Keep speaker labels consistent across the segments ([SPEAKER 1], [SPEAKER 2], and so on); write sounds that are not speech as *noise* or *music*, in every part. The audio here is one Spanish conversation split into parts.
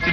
[SPEAKER 1] The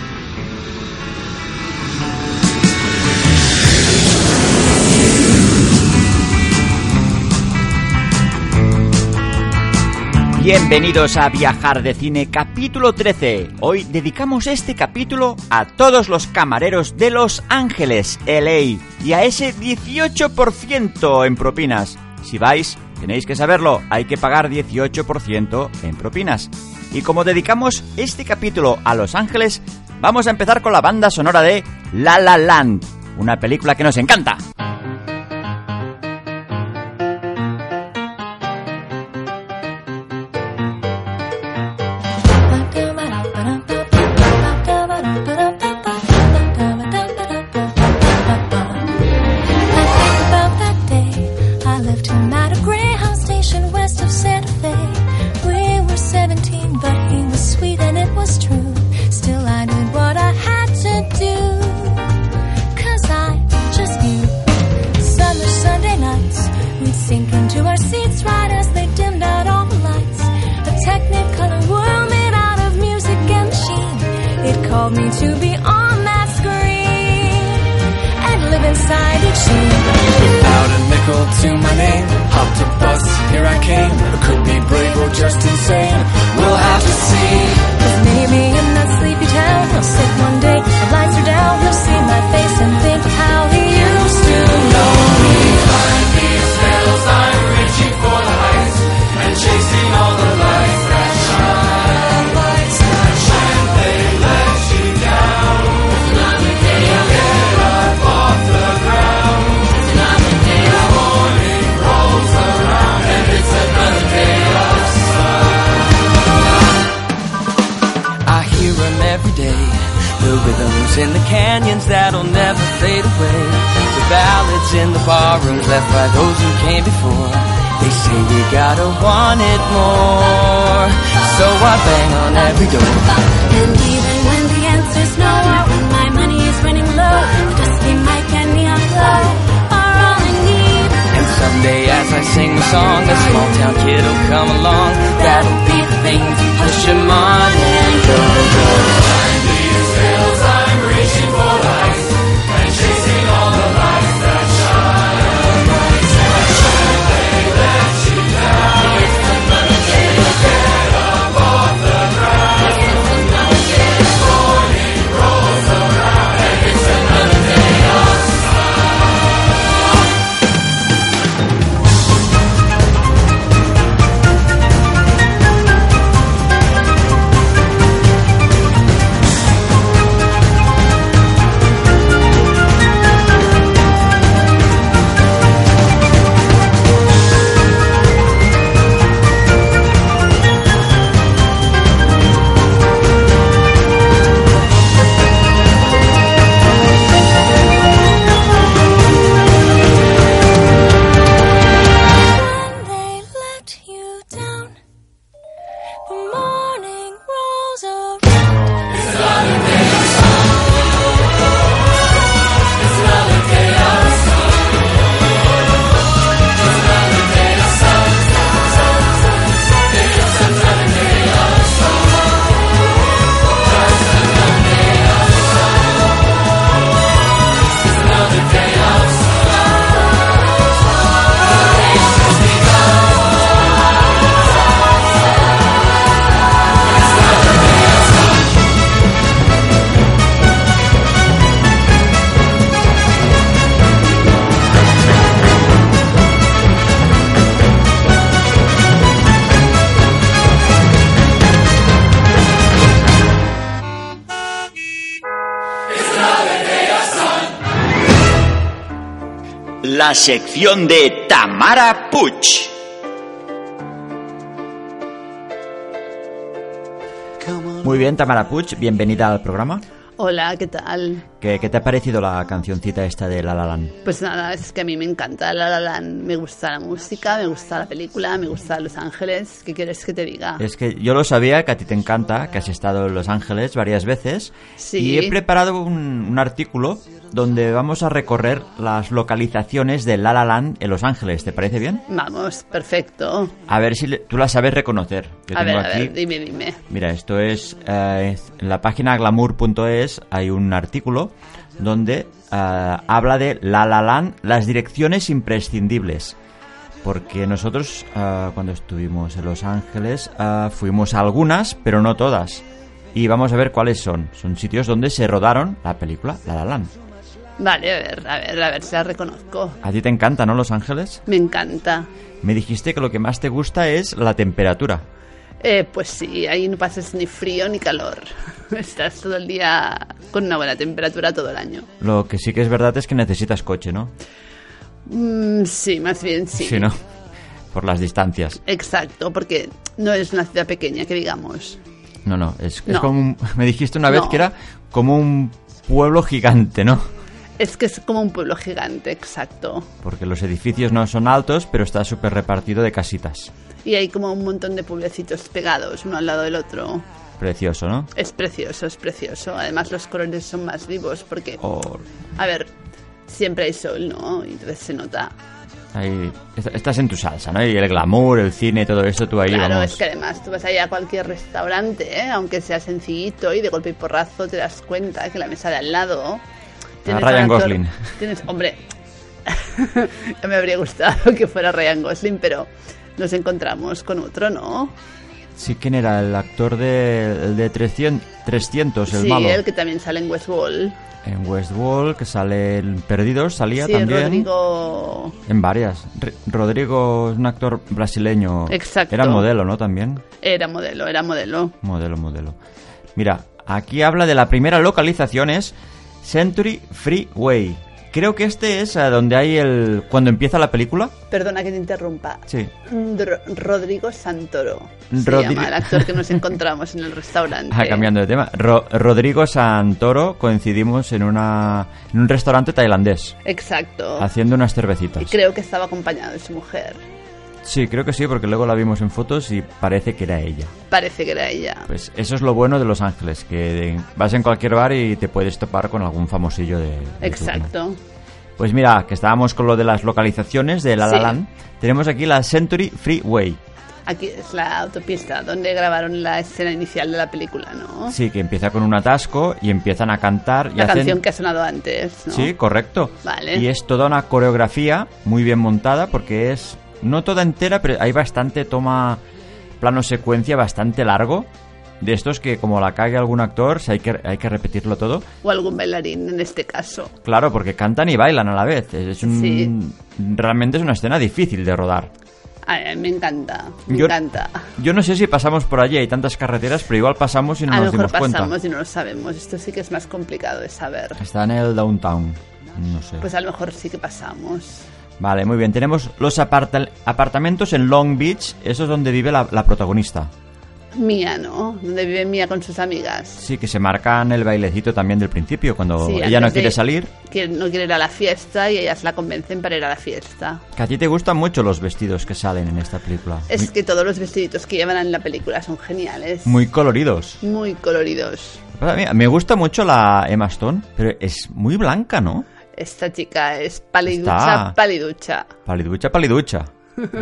[SPEAKER 2] Bienvenidos a Viajar de Cine capítulo 13. Hoy dedicamos este capítulo a todos los camareros de Los Ángeles, LA, y a ese 18% en propinas. Si vais, tenéis que saberlo, hay que pagar 18% en propinas. Y como dedicamos este capítulo a Los Ángeles, vamos a empezar con la banda sonora de La La Land, una película que nos encanta. la sección de Tamara Puch. Muy bien, Tamara Puch, bienvenida al programa.
[SPEAKER 3] Hola, ¿qué tal?
[SPEAKER 4] ¿Qué, qué te ha parecido la cancioncita esta de La La Land?
[SPEAKER 3] Pues nada, es que a mí me encanta La La Land. Me gusta la música, me gusta la película, me gusta Los Ángeles. ¿Qué quieres que te diga?
[SPEAKER 4] Es que yo lo sabía que a ti te encanta, que has estado en Los Ángeles varias veces.
[SPEAKER 3] Sí.
[SPEAKER 4] Y he preparado un, un artículo donde vamos a recorrer las localizaciones de La La Land en Los Ángeles. ¿Te parece bien?
[SPEAKER 3] Vamos, perfecto.
[SPEAKER 4] A ver si le- tú la sabes reconocer. Yo
[SPEAKER 3] a ver,
[SPEAKER 4] tengo
[SPEAKER 3] a
[SPEAKER 4] aquí-
[SPEAKER 3] ver, dime, dime.
[SPEAKER 4] Mira, esto es eh, en la página glamour.es hay un artículo donde eh, habla de La La Land, las direcciones imprescindibles. Porque nosotros eh, cuando estuvimos en Los Ángeles eh, fuimos a algunas, pero no todas. Y vamos a ver cuáles son. Son sitios donde se rodaron la película La La Land.
[SPEAKER 3] Vale, a ver, a ver, a ver si la reconozco.
[SPEAKER 4] A ti te encanta, ¿no, Los Ángeles?
[SPEAKER 3] Me encanta.
[SPEAKER 4] Me dijiste que lo que más te gusta es la temperatura.
[SPEAKER 3] Eh, pues sí, ahí no pasas ni frío ni calor. *laughs* Estás todo el día con una buena temperatura todo el año.
[SPEAKER 4] Lo que sí que es verdad es que necesitas coche, ¿no?
[SPEAKER 3] Mm, sí, más bien sí.
[SPEAKER 4] Si no, por las distancias.
[SPEAKER 3] Exacto, porque no es una ciudad pequeña, que digamos.
[SPEAKER 4] No, no, es, es
[SPEAKER 3] No.
[SPEAKER 4] como un- *laughs* me dijiste una vez
[SPEAKER 3] No.
[SPEAKER 4] que era como un pueblo gigante, ¿no?
[SPEAKER 3] Es que es como un pueblo gigante, exacto.
[SPEAKER 4] Porque los edificios no son altos, pero está súper repartido de casitas.
[SPEAKER 3] Y hay como un montón de pueblecitos pegados uno al lado del otro.
[SPEAKER 4] Precioso, ¿no?
[SPEAKER 3] Es precioso, es precioso. Además los colores son más vivos porque,
[SPEAKER 4] O
[SPEAKER 3] a ver, siempre hay sol, ¿no? Y entonces se nota.
[SPEAKER 4] ahí- est- estás en tu salsa, ¿no? Y el glamour, el cine, todo esto, tú ahí
[SPEAKER 3] Claro,
[SPEAKER 4] vamos.
[SPEAKER 3] es que además tú vas allá a cualquier restaurante, ¿eh? aunque sea sencillito, y de golpe y porrazo te das cuenta que la mesa de al lado. tienes
[SPEAKER 4] Ah, Ryan
[SPEAKER 3] un actor-
[SPEAKER 4] Gosling.
[SPEAKER 3] Tienes, hombre, *laughs* ya me habría gustado que fuera Ryan Gosling, pero nos encontramos con otro, ¿no?
[SPEAKER 4] Sí, ¿quién era? El actor de, el de 300, 300, el
[SPEAKER 3] sí,
[SPEAKER 4] malo.
[SPEAKER 3] el que también sale en Westworld.
[SPEAKER 4] En Westworld, que sale en Perdidos, salía
[SPEAKER 3] Sí,
[SPEAKER 4] también.
[SPEAKER 3] Rodrigo.
[SPEAKER 4] En varias. Ri- Rodrigo es un actor brasileño.
[SPEAKER 3] Exacto.
[SPEAKER 4] Era modelo, ¿no? También.
[SPEAKER 3] Era modelo, era modelo.
[SPEAKER 4] Modelo, modelo. Mira, aquí habla de la primera localización es Century Freeway. Creo que este es a donde hay el... cuando empieza la película.
[SPEAKER 3] Perdona que te interrumpa. Mm,
[SPEAKER 4] Sí.
[SPEAKER 3] Dro- Rodrigo Santoro. Se
[SPEAKER 4] Rodri-
[SPEAKER 3] llama el actor que nos encontramos
[SPEAKER 4] *laughs*
[SPEAKER 3] en el restaurante.
[SPEAKER 4] Ah, cambiando de tema. Ro- Rodrigo Santoro coincidimos en una en un restaurante tailandés
[SPEAKER 3] Exacto.
[SPEAKER 4] haciendo unas
[SPEAKER 3] Y
[SPEAKER 4] cervecitas.
[SPEAKER 3] creo que estaba acompañado de su mujer.
[SPEAKER 4] Sí, creo que sí, porque luego la vimos en fotos y parece que era ella.
[SPEAKER 3] Parece que era ella.
[SPEAKER 4] Pues eso es lo bueno de Los Ángeles, que de- vas en cualquier bar y te puedes topar con algún famosillo de, de turno.
[SPEAKER 3] Exacto.
[SPEAKER 4] Pues mira, que estábamos con lo de las localizaciones de La La
[SPEAKER 3] Sí.
[SPEAKER 4] Land. Tenemos aquí la Century Freeway.
[SPEAKER 3] Aquí es la autopista donde grabaron la escena inicial de la película, ¿no?
[SPEAKER 4] Sí, que empieza con un atasco y empiezan a cantar. Y
[SPEAKER 3] Ah. la
[SPEAKER 4] hacen-
[SPEAKER 3] canción que ha sonado antes, ¿no?
[SPEAKER 4] Sí, correcto.
[SPEAKER 3] Vale.
[SPEAKER 4] Y es toda una coreografía muy bien montada porque es... No toda entera, pero hay bastante toma... Plano secuencia bastante largo. De estos que como la cague algún actor, si hay que, hay que repetirlo todo.
[SPEAKER 3] O algún bailarín en este caso.
[SPEAKER 4] Claro, porque cantan y bailan a la vez. Es es un...
[SPEAKER 3] Sí.
[SPEAKER 4] Realmente es una escena difícil de rodar.
[SPEAKER 3] Ay, me encanta, me
[SPEAKER 4] Yo-
[SPEAKER 3] encanta.
[SPEAKER 4] Yo no sé si pasamos por allí, hay tantas carreteras, pero igual pasamos y no
[SPEAKER 3] a lo
[SPEAKER 4] nos dimos
[SPEAKER 3] mejor pasamos
[SPEAKER 4] cuenta.
[SPEAKER 3] y no lo sabemos. Esto sí que es más complicado de saber.
[SPEAKER 4] Está en el downtown. No sé.
[SPEAKER 3] Pues a lo mejor sí que pasamos.
[SPEAKER 4] Vale, muy bien. Tenemos los aparta- apartamentos en Long Beach. Eso es donde vive la, la protagonista.
[SPEAKER 3] Mía, ¿no? Donde vive Mía con sus amigas.
[SPEAKER 4] Sí, que se marcan el bailecito también del principio, cuando
[SPEAKER 3] Sí,
[SPEAKER 4] Oh, ella no
[SPEAKER 3] antes de-
[SPEAKER 4] quiere salir.
[SPEAKER 3] Que no quiere ir a la fiesta y ellas la convencen para ir a la fiesta.
[SPEAKER 4] Que a ti te gustan mucho los vestidos que salen en esta película.
[SPEAKER 3] Es
[SPEAKER 4] muy,
[SPEAKER 3] que todos los vestiditos que llevan en la película son geniales.
[SPEAKER 4] muy coloridos.
[SPEAKER 3] Muy coloridos.
[SPEAKER 4] Pero a mí- Me gusta mucho la Emma Stone, pero es muy blanca, ¿no?
[SPEAKER 3] Esta chica es paliducha,
[SPEAKER 4] Está.
[SPEAKER 3] paliducha.
[SPEAKER 4] Paliducha, paliducha.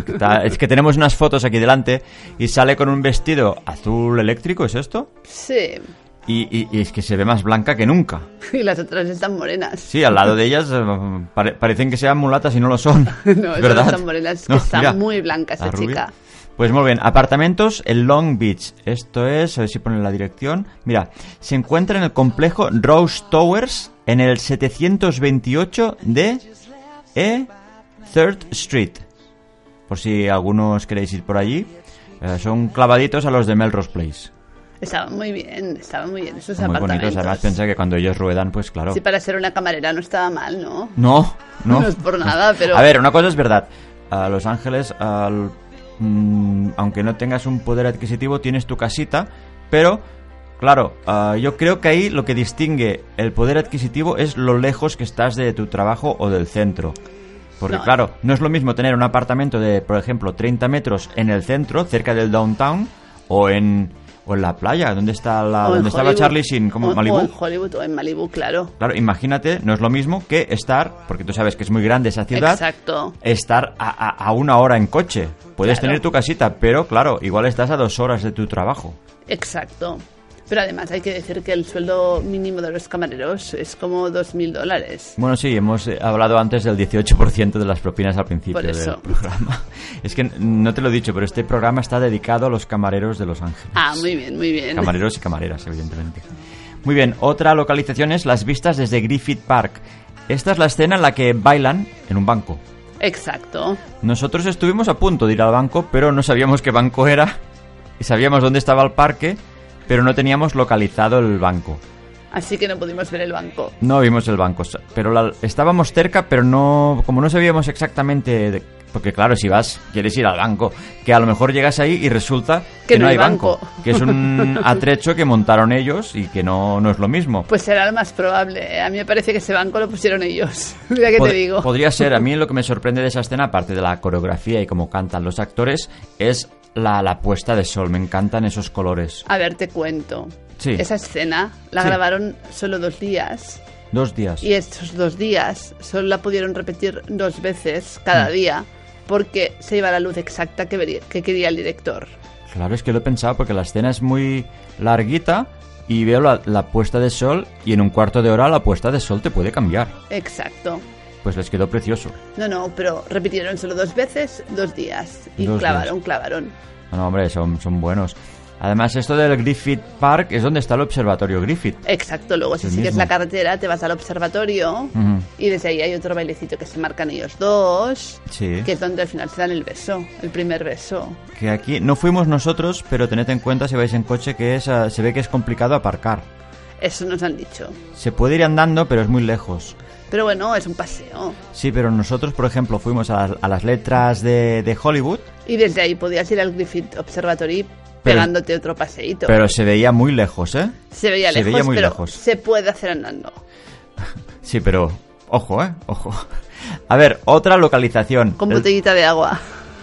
[SPEAKER 4] Está- Es que tenemos unas fotos aquí delante y sale con un vestido azul eléctrico, ¿es esto?
[SPEAKER 3] Sí. *laughs*
[SPEAKER 4] Y, y- y es que se ve más blanca que nunca.
[SPEAKER 3] Y las otras están morenas.
[SPEAKER 4] Sí, al lado de ellas eh, pare- parecen que sean mulatas y no lo son.
[SPEAKER 3] *laughs* *laughs* No, eso
[SPEAKER 4] ¿verdad?
[SPEAKER 3] no son morenas, es que está muy blanca esa
[SPEAKER 4] la rubia.
[SPEAKER 3] chica.
[SPEAKER 4] Pues muy bien, apartamentos en Long Beach. Esto es, a ver si ponen la dirección. Mira, se encuentra en el complejo Rose Towers en el 728 de E Third Street. Por si algunos queréis ir por allí. Eh, son clavaditos a los de Melrose Place.
[SPEAKER 3] Estaban muy bien, estaban muy bien esos
[SPEAKER 4] Son muy
[SPEAKER 3] apartamentos.
[SPEAKER 4] bonitos. Además, pensé que cuando ellos ruedan, pues claro.
[SPEAKER 3] Sí, para ser una camarera no estaba mal, ¿no?
[SPEAKER 4] No, no.
[SPEAKER 3] *laughs* No es por nada, pero-
[SPEAKER 4] A ver, una cosa es verdad. A Los Ángeles, al- mm, aunque no tengas un poder adquisitivo, tienes tu casita, pero Claro, ah, yo creo que ahí lo que distingue el poder adquisitivo es lo lejos que estás de tu trabajo o del centro. Porque
[SPEAKER 3] No.
[SPEAKER 4] claro, no es lo mismo tener un apartamento de, por ejemplo, 30 metros en el centro, cerca del downtown, o en, o en la playa, donde está la,
[SPEAKER 3] O en
[SPEAKER 4] donde estaba
[SPEAKER 3] Hollywood.
[SPEAKER 4] Charlie Sheen, como
[SPEAKER 3] O-
[SPEAKER 4] Malibu.
[SPEAKER 3] O en Hollywood o en Malibu, claro.
[SPEAKER 4] Claro, imagínate, no es lo mismo que estar, porque tú sabes que es muy grande esa ciudad,
[SPEAKER 3] Exacto.
[SPEAKER 4] estar a, a- a una hora en coche. Puedes
[SPEAKER 3] Claro.
[SPEAKER 4] tener tu casita, pero claro, igual estás a dos horas de tu trabajo.
[SPEAKER 3] Exacto. Pero además hay que decir que el sueldo mínimo de los camareros es como 2.000 dólares.
[SPEAKER 4] Bueno, sí, hemos eh, hablado antes del 18% de las propinas al principio
[SPEAKER 3] Por
[SPEAKER 4] del
[SPEAKER 3] eso.
[SPEAKER 4] *laughs* programa. Es que n- no te lo he dicho, pero este programa está dedicado a los camareros de Los Ángeles.
[SPEAKER 3] Ah, muy bien, muy bien.
[SPEAKER 4] Camareros y camareras, evidentemente. Muy bien, otra localización es las vistas desde Griffith Park. Esta es la escena en la que bailan en un banco.
[SPEAKER 3] Exacto.
[SPEAKER 4] Nosotros estuvimos a punto de ir al banco, pero no sabíamos qué banco era. Y sabíamos dónde estaba el parque, pero no teníamos localizado el banco.
[SPEAKER 3] Así que no pudimos ver el banco.
[SPEAKER 4] No vimos el banco, sa- pero la- estábamos cerca, pero no, como no sabíamos exactamente, de- porque claro, si vas, quieres ir al banco, que a lo mejor llegas ahí y resulta que, no, hay banco,
[SPEAKER 3] banco.
[SPEAKER 4] que es *laughs* un atrecho que montaron ellos y que no, no es lo mismo.
[SPEAKER 3] Pues será lo más probable. ¿eh? A mí me parece que ese banco lo pusieron ellos. *laughs* Mira que
[SPEAKER 4] Pod-
[SPEAKER 3] te digo.
[SPEAKER 4] Podría ser, a mí lo que me sorprende de esa escena, aparte de la coreografía y cómo cantan los actores, es la, la puesta de sol, me encantan esos colores.
[SPEAKER 3] A ver, te cuento.
[SPEAKER 4] Sí.
[SPEAKER 3] Esa escena la
[SPEAKER 4] Sí.
[SPEAKER 3] grabaron solo dos días
[SPEAKER 4] Dos días.
[SPEAKER 3] y estos dos días solo la pudieron repetir dos veces
[SPEAKER 4] Mm.
[SPEAKER 3] cada día porque se iba la luz exacta que, vería- que quería el director.
[SPEAKER 4] Claro, es que lo he pensado porque la escena es muy larguita y veo la, la puesta de sol y en un cuarto de hora la puesta de sol te puede cambiar.
[SPEAKER 3] Exacto.
[SPEAKER 4] Pues les quedó precioso.
[SPEAKER 3] No, no, pero repitieron solo dos veces, dos días. Y
[SPEAKER 4] Dos
[SPEAKER 3] clavaron, clavaron.
[SPEAKER 4] No, no, hombre, son, son buenos. Además, esto del Griffith Park es donde está el observatorio Griffith.
[SPEAKER 3] Exacto, luego si
[SPEAKER 4] El
[SPEAKER 3] sigues
[SPEAKER 4] mismo.
[SPEAKER 3] la carretera te vas al observatorio
[SPEAKER 4] Ujú.
[SPEAKER 3] y desde ahí hay otro bailecito que se marcan ellos dos,
[SPEAKER 4] Sí.
[SPEAKER 3] que es donde al final se dan el beso, el primer beso.
[SPEAKER 4] Que aquí no fuimos nosotros, pero tened en cuenta si vais en coche que es, eh, se ve que es complicado aparcar.
[SPEAKER 3] Eso nos han dicho.
[SPEAKER 4] Se puede ir andando, pero es muy lejos.
[SPEAKER 3] Pero bueno, es un paseo.
[SPEAKER 4] Sí, pero nosotros, por ejemplo, fuimos a, a las letras de, de Hollywood,
[SPEAKER 3] Y desde ahí podías ir al Griffith Observatory pegándote otro paseíto.
[SPEAKER 4] pero se veía muy lejos, ¿eh?
[SPEAKER 3] se veía
[SPEAKER 4] se
[SPEAKER 3] lejos,
[SPEAKER 4] veía muy
[SPEAKER 3] pero
[SPEAKER 4] lejos.
[SPEAKER 3] se puede hacer andando.
[SPEAKER 4] Sí, pero ojo, ¿eh? Ojo. *laughs* A ver, otra localización.
[SPEAKER 3] Con
[SPEAKER 4] El-
[SPEAKER 3] botellita de agua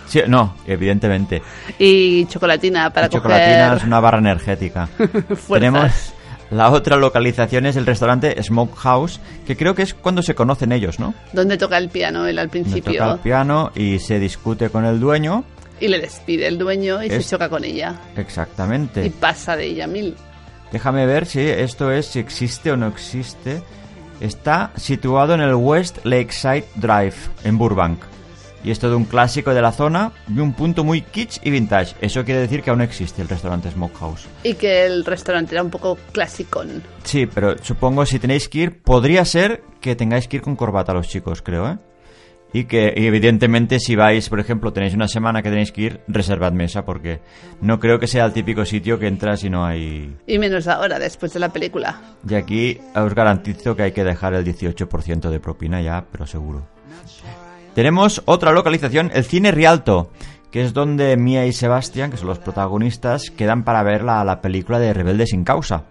[SPEAKER 4] Sí, no, evidentemente.
[SPEAKER 3] y chocolatina para
[SPEAKER 4] Chocolatinas,
[SPEAKER 3] coger
[SPEAKER 4] una barra
[SPEAKER 3] *laughs*
[SPEAKER 4] energética.
[SPEAKER 3] fuerzas.
[SPEAKER 4] Tenemos la otra localización es el restaurante Smokehouse, que creo que es cuando se conocen ellos, ¿no?
[SPEAKER 3] Donde toca el piano él al
[SPEAKER 4] Donde
[SPEAKER 3] principio.
[SPEAKER 4] Toca el piano y se discute con el dueño.
[SPEAKER 3] Y le despide el dueño y
[SPEAKER 4] Es-
[SPEAKER 3] se choca con ella. Y
[SPEAKER 4] Exactamente.
[SPEAKER 3] pasa de ella mil.
[SPEAKER 4] Déjame ver si esto es si existe o no existe. Está situado en el West Lakeside Drive, en Burbank. Y es todo un clásico de la zona y un punto muy kitsch y vintage. Eso quiere decir que aún existe el restaurante Smokehouse.
[SPEAKER 3] Y que el restaurante era un poco clasicón.
[SPEAKER 4] Sí, pero supongo si tenéis que ir, podría ser que tengáis que ir con corbata los chicos, creo, ¿eh? Y que y evidentemente si vais, por ejemplo, tenéis una semana que tenéis que ir, reservad mesa porque no creo que sea el típico sitio que entras y no hay...
[SPEAKER 3] Y menos ahora, después de la película.
[SPEAKER 4] Y aquí os garantizo que hay que dejar el 18% de propina ya, pero seguro. Tenemos otra localización, el Cine Rialto, que es donde Mia y Sebastián, que son los protagonistas, quedan para ver la, la película de Rebelde sin causa.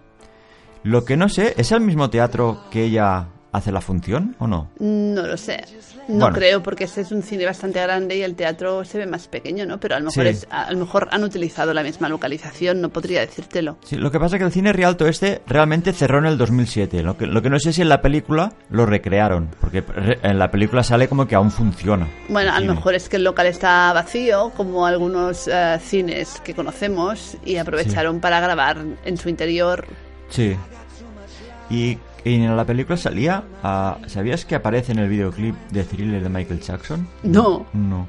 [SPEAKER 4] Lo que no sé, ¿es el mismo teatro que ella hace la función o no?
[SPEAKER 3] No lo sé. No
[SPEAKER 4] Bueno.
[SPEAKER 3] creo, porque este es un cine bastante grande y el teatro se ve más pequeño, ¿no? Pero a lo mejor,
[SPEAKER 4] Sí.
[SPEAKER 3] es, a, a lo mejor han utilizado la misma localización, no podría decírtelo.
[SPEAKER 4] Sí, lo que pasa es que el Cine Rialto este realmente cerró en el 2007. Lo que, lo que no sé si en la película lo recrearon, porque re- en la película sale como que aún funciona.
[SPEAKER 3] Bueno, a
[SPEAKER 4] Sí.
[SPEAKER 3] lo mejor es que el local está vacío, como algunos eh, cines que conocemos, y aprovecharon para grabar en su interior.
[SPEAKER 4] Sí. Y, y en la película salía. ah, ¿Sabías que aparece en el videoclip de thriller de Michael Jackson?
[SPEAKER 3] No,
[SPEAKER 4] No,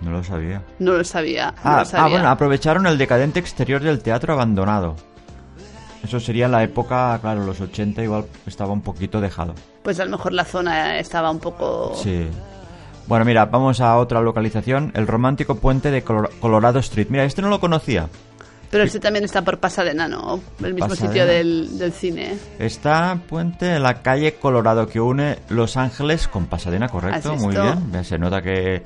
[SPEAKER 4] no lo sabía.
[SPEAKER 3] no lo sabía. no
[SPEAKER 4] Ah,
[SPEAKER 3] lo
[SPEAKER 4] ah,
[SPEAKER 3] sabía.
[SPEAKER 4] bueno, aprovecharon el decadente exterior del teatro abandonado. Eso sería la época, claro, los 80 igual estaba un poquito dejado.
[SPEAKER 3] Pues a lo mejor la zona estaba un poco...
[SPEAKER 4] Sí. Bueno, mira, vamos a otra localización, el romántico puente de Color- Colorado Street. Mira, este no lo conocía.
[SPEAKER 3] Pero este también está por Pasadena, ¿no? El mismo
[SPEAKER 4] Pasadena.
[SPEAKER 3] sitio del, del cine.
[SPEAKER 4] Está puente en la calle Colorado que une Los Ángeles con Pasadena, correcto,
[SPEAKER 3] ¿Has
[SPEAKER 4] muy
[SPEAKER 3] visto?
[SPEAKER 4] bien. Ya Se nota que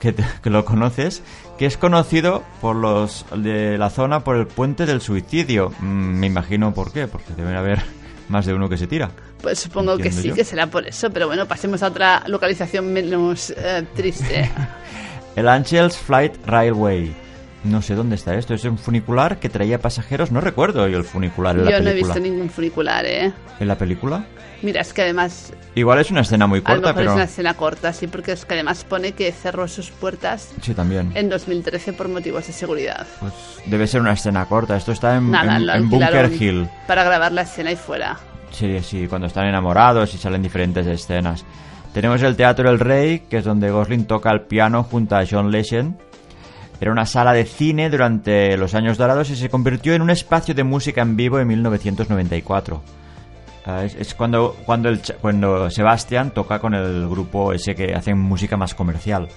[SPEAKER 4] que, te- que lo conoces, que es conocido por los de la zona por el puente del suicidio. Mm, me imagino por qué, porque deben haber más de uno que se tira.
[SPEAKER 3] Pues supongo que
[SPEAKER 4] Entiendo
[SPEAKER 3] sí,
[SPEAKER 4] yo.
[SPEAKER 3] que será por eso, pero bueno, pasemos a otra localización menos eh, triste.
[SPEAKER 4] El Angels Flight Railway. No sé dónde está esto. Es un funicular que traía pasajeros. No recuerdo yo el funicular en *laughs* la
[SPEAKER 3] Yo no he
[SPEAKER 4] película.
[SPEAKER 3] visto ningún funicular, ¿eh?
[SPEAKER 4] ¿En la película?
[SPEAKER 3] Mira, es que además,
[SPEAKER 4] Igual es una escena muy
[SPEAKER 3] a lo
[SPEAKER 4] corta,
[SPEAKER 3] mejor es
[SPEAKER 4] pero.
[SPEAKER 3] una escena corta, sí, porque es que además pone que cerró sus puertas
[SPEAKER 4] Sí, también.
[SPEAKER 3] en 2013 por motivos de seguridad.
[SPEAKER 4] Pues debe ser una escena corta. Esto está en,
[SPEAKER 3] Nada,
[SPEAKER 4] en-
[SPEAKER 3] lo
[SPEAKER 4] en
[SPEAKER 3] alquilaron
[SPEAKER 4] Bunker Hill.
[SPEAKER 3] Para grabar la escena y fuera.
[SPEAKER 4] Sí, sí, cuando están enamorados y salen diferentes escenas. Tenemos el Teatro El Rey, que es donde Gosling toca el piano junto a John Legend. Era una sala de cine durante los años dorados y se convirtió en un espacio de música en vivo en 1994. Ah, es es cuando, cuando, el cha- cuando Sebastián toca con el grupo ese que hacen música más comercial.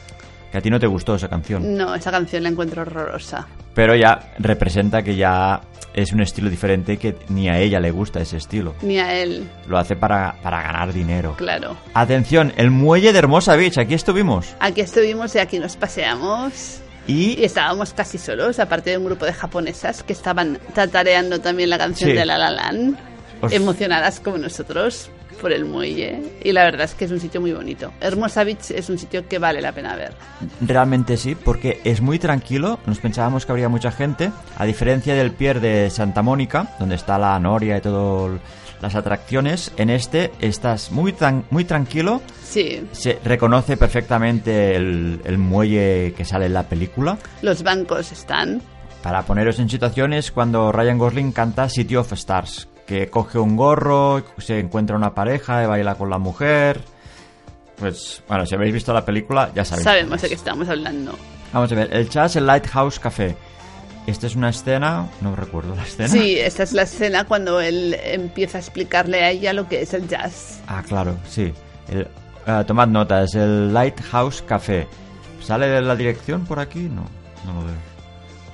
[SPEAKER 4] Que a ti no te gustó esa canción.
[SPEAKER 3] No, esa canción la encuentro horrorosa.
[SPEAKER 4] Pero ya representa que ya es un estilo diferente y que ni a ella le gusta ese estilo.
[SPEAKER 3] Ni a él,
[SPEAKER 4] Lo hace para, para ganar dinero.
[SPEAKER 3] claro.
[SPEAKER 4] Atención, el muelle de Hermosa Beach, aquí estuvimos.
[SPEAKER 3] Aquí estuvimos y aquí nos paseamos. Y
[SPEAKER 4] Y
[SPEAKER 3] estábamos casi solos, aparte de un grupo de japonesas que estaban tatareando también la canción
[SPEAKER 4] Sí.
[SPEAKER 3] de La La Land,
[SPEAKER 4] Os-
[SPEAKER 3] emocionadas como nosotros por el muelle. Y la verdad es que es un sitio muy bonito. Hermosa Beach es un sitio que vale la pena ver.
[SPEAKER 4] realmente sí, porque es muy tranquilo, nos pensábamos que habría mucha gente, a diferencia del pier de Santa Mónica, donde está la noria y todas las atracciones, en este estás muy, tran- muy tranquilo,
[SPEAKER 3] Sí,
[SPEAKER 4] se reconoce perfectamente el, el muelle que sale en la película.
[SPEAKER 3] los bancos están.
[SPEAKER 4] Para poneros en situaciones cuando Ryan Gosling canta City of Stars, que coge un gorro, se encuentra una pareja y baila con la mujer. Pues bueno, si habéis visto la película ya sabéis.
[SPEAKER 3] Sabemos de qué estamos hablando.
[SPEAKER 4] Vamos a ver, el Chas, el Lighthouse Café. Esta es una escena, no recuerdo la escena.
[SPEAKER 3] Sí, esta es la escena cuando él empieza a explicarle a ella lo que es el jazz.
[SPEAKER 4] Ah, claro, sí. El- ah, tomad notas, el Lighthouse Café. ¿Sale de la dirección por aquí? No, no lo veo.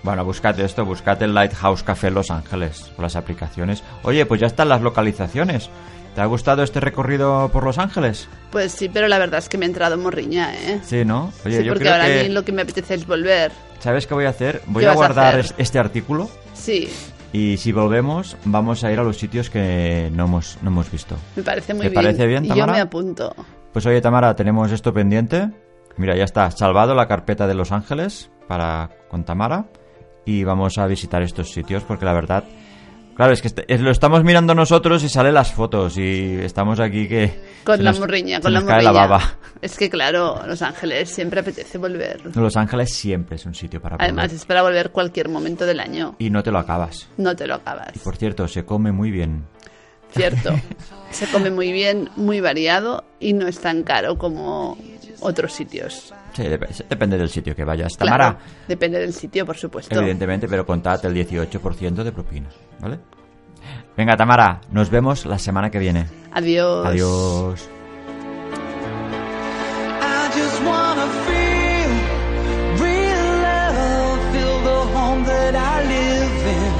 [SPEAKER 4] Bueno, buscad esto, buscad el Lighthouse Café Los Ángeles, por las aplicaciones. Oye, pues ya están las localizaciones. ¿Te ha gustado este recorrido por Los Ángeles?
[SPEAKER 3] Pues sí, pero la verdad es que me ha entrado morriña, ¿eh?
[SPEAKER 4] Sí, ¿no? Oye,
[SPEAKER 3] sí,
[SPEAKER 4] yo
[SPEAKER 3] porque
[SPEAKER 4] creo
[SPEAKER 3] ahora a
[SPEAKER 4] que...
[SPEAKER 3] mí lo que me apetece es volver.
[SPEAKER 4] ¿Sabes qué voy a hacer? Voy
[SPEAKER 3] ¿Qué
[SPEAKER 4] a
[SPEAKER 3] vas a
[SPEAKER 4] guardar
[SPEAKER 3] hacer?
[SPEAKER 4] es- este artículo
[SPEAKER 3] Sí,
[SPEAKER 4] y si volvemos vamos a ir a los sitios que no hemos, no hemos visto.
[SPEAKER 3] me parece muy
[SPEAKER 4] ¿Te
[SPEAKER 3] bien.
[SPEAKER 4] parece bien,
[SPEAKER 3] Y
[SPEAKER 4] Tamara?
[SPEAKER 3] Yo me apunto.
[SPEAKER 4] Pues oye, Tamara, tenemos esto pendiente. Mira, ya está, salvado la carpeta de Los Ángeles para con Tamara y vamos a visitar estos sitios porque la verdad, claro, es que este- es- lo estamos mirando nosotros y salen las fotos y estamos aquí que
[SPEAKER 3] Con
[SPEAKER 4] se
[SPEAKER 3] la
[SPEAKER 4] nos-
[SPEAKER 3] morriña,
[SPEAKER 4] se
[SPEAKER 3] con la
[SPEAKER 4] nos cae
[SPEAKER 3] morriña.
[SPEAKER 4] la baba.
[SPEAKER 3] Es que claro, Los Ángeles siempre apetece volver.
[SPEAKER 4] Los Ángeles siempre es un sitio para
[SPEAKER 3] Además,
[SPEAKER 4] volver.
[SPEAKER 3] es para volver cualquier momento del año.
[SPEAKER 4] y no te lo acabas.
[SPEAKER 3] No te lo acabas.
[SPEAKER 4] Por cierto, se come muy bien. *laughs*
[SPEAKER 3] Cierto. Se come muy bien, muy variado y no es tan caro como otros sitios.
[SPEAKER 4] Sí, dep- se- depende del sitio que vayas.
[SPEAKER 3] Claro,
[SPEAKER 4] Tamara,
[SPEAKER 3] depende del sitio, por supuesto.
[SPEAKER 4] evidentemente, pero contad el 18% de propinas, ¿vale? Venga, Tamara, nos vemos la semana que viene. Pues
[SPEAKER 3] Adiós.
[SPEAKER 4] Adiós.
[SPEAKER 5] I just wanna feel real love, feel the home that I live in.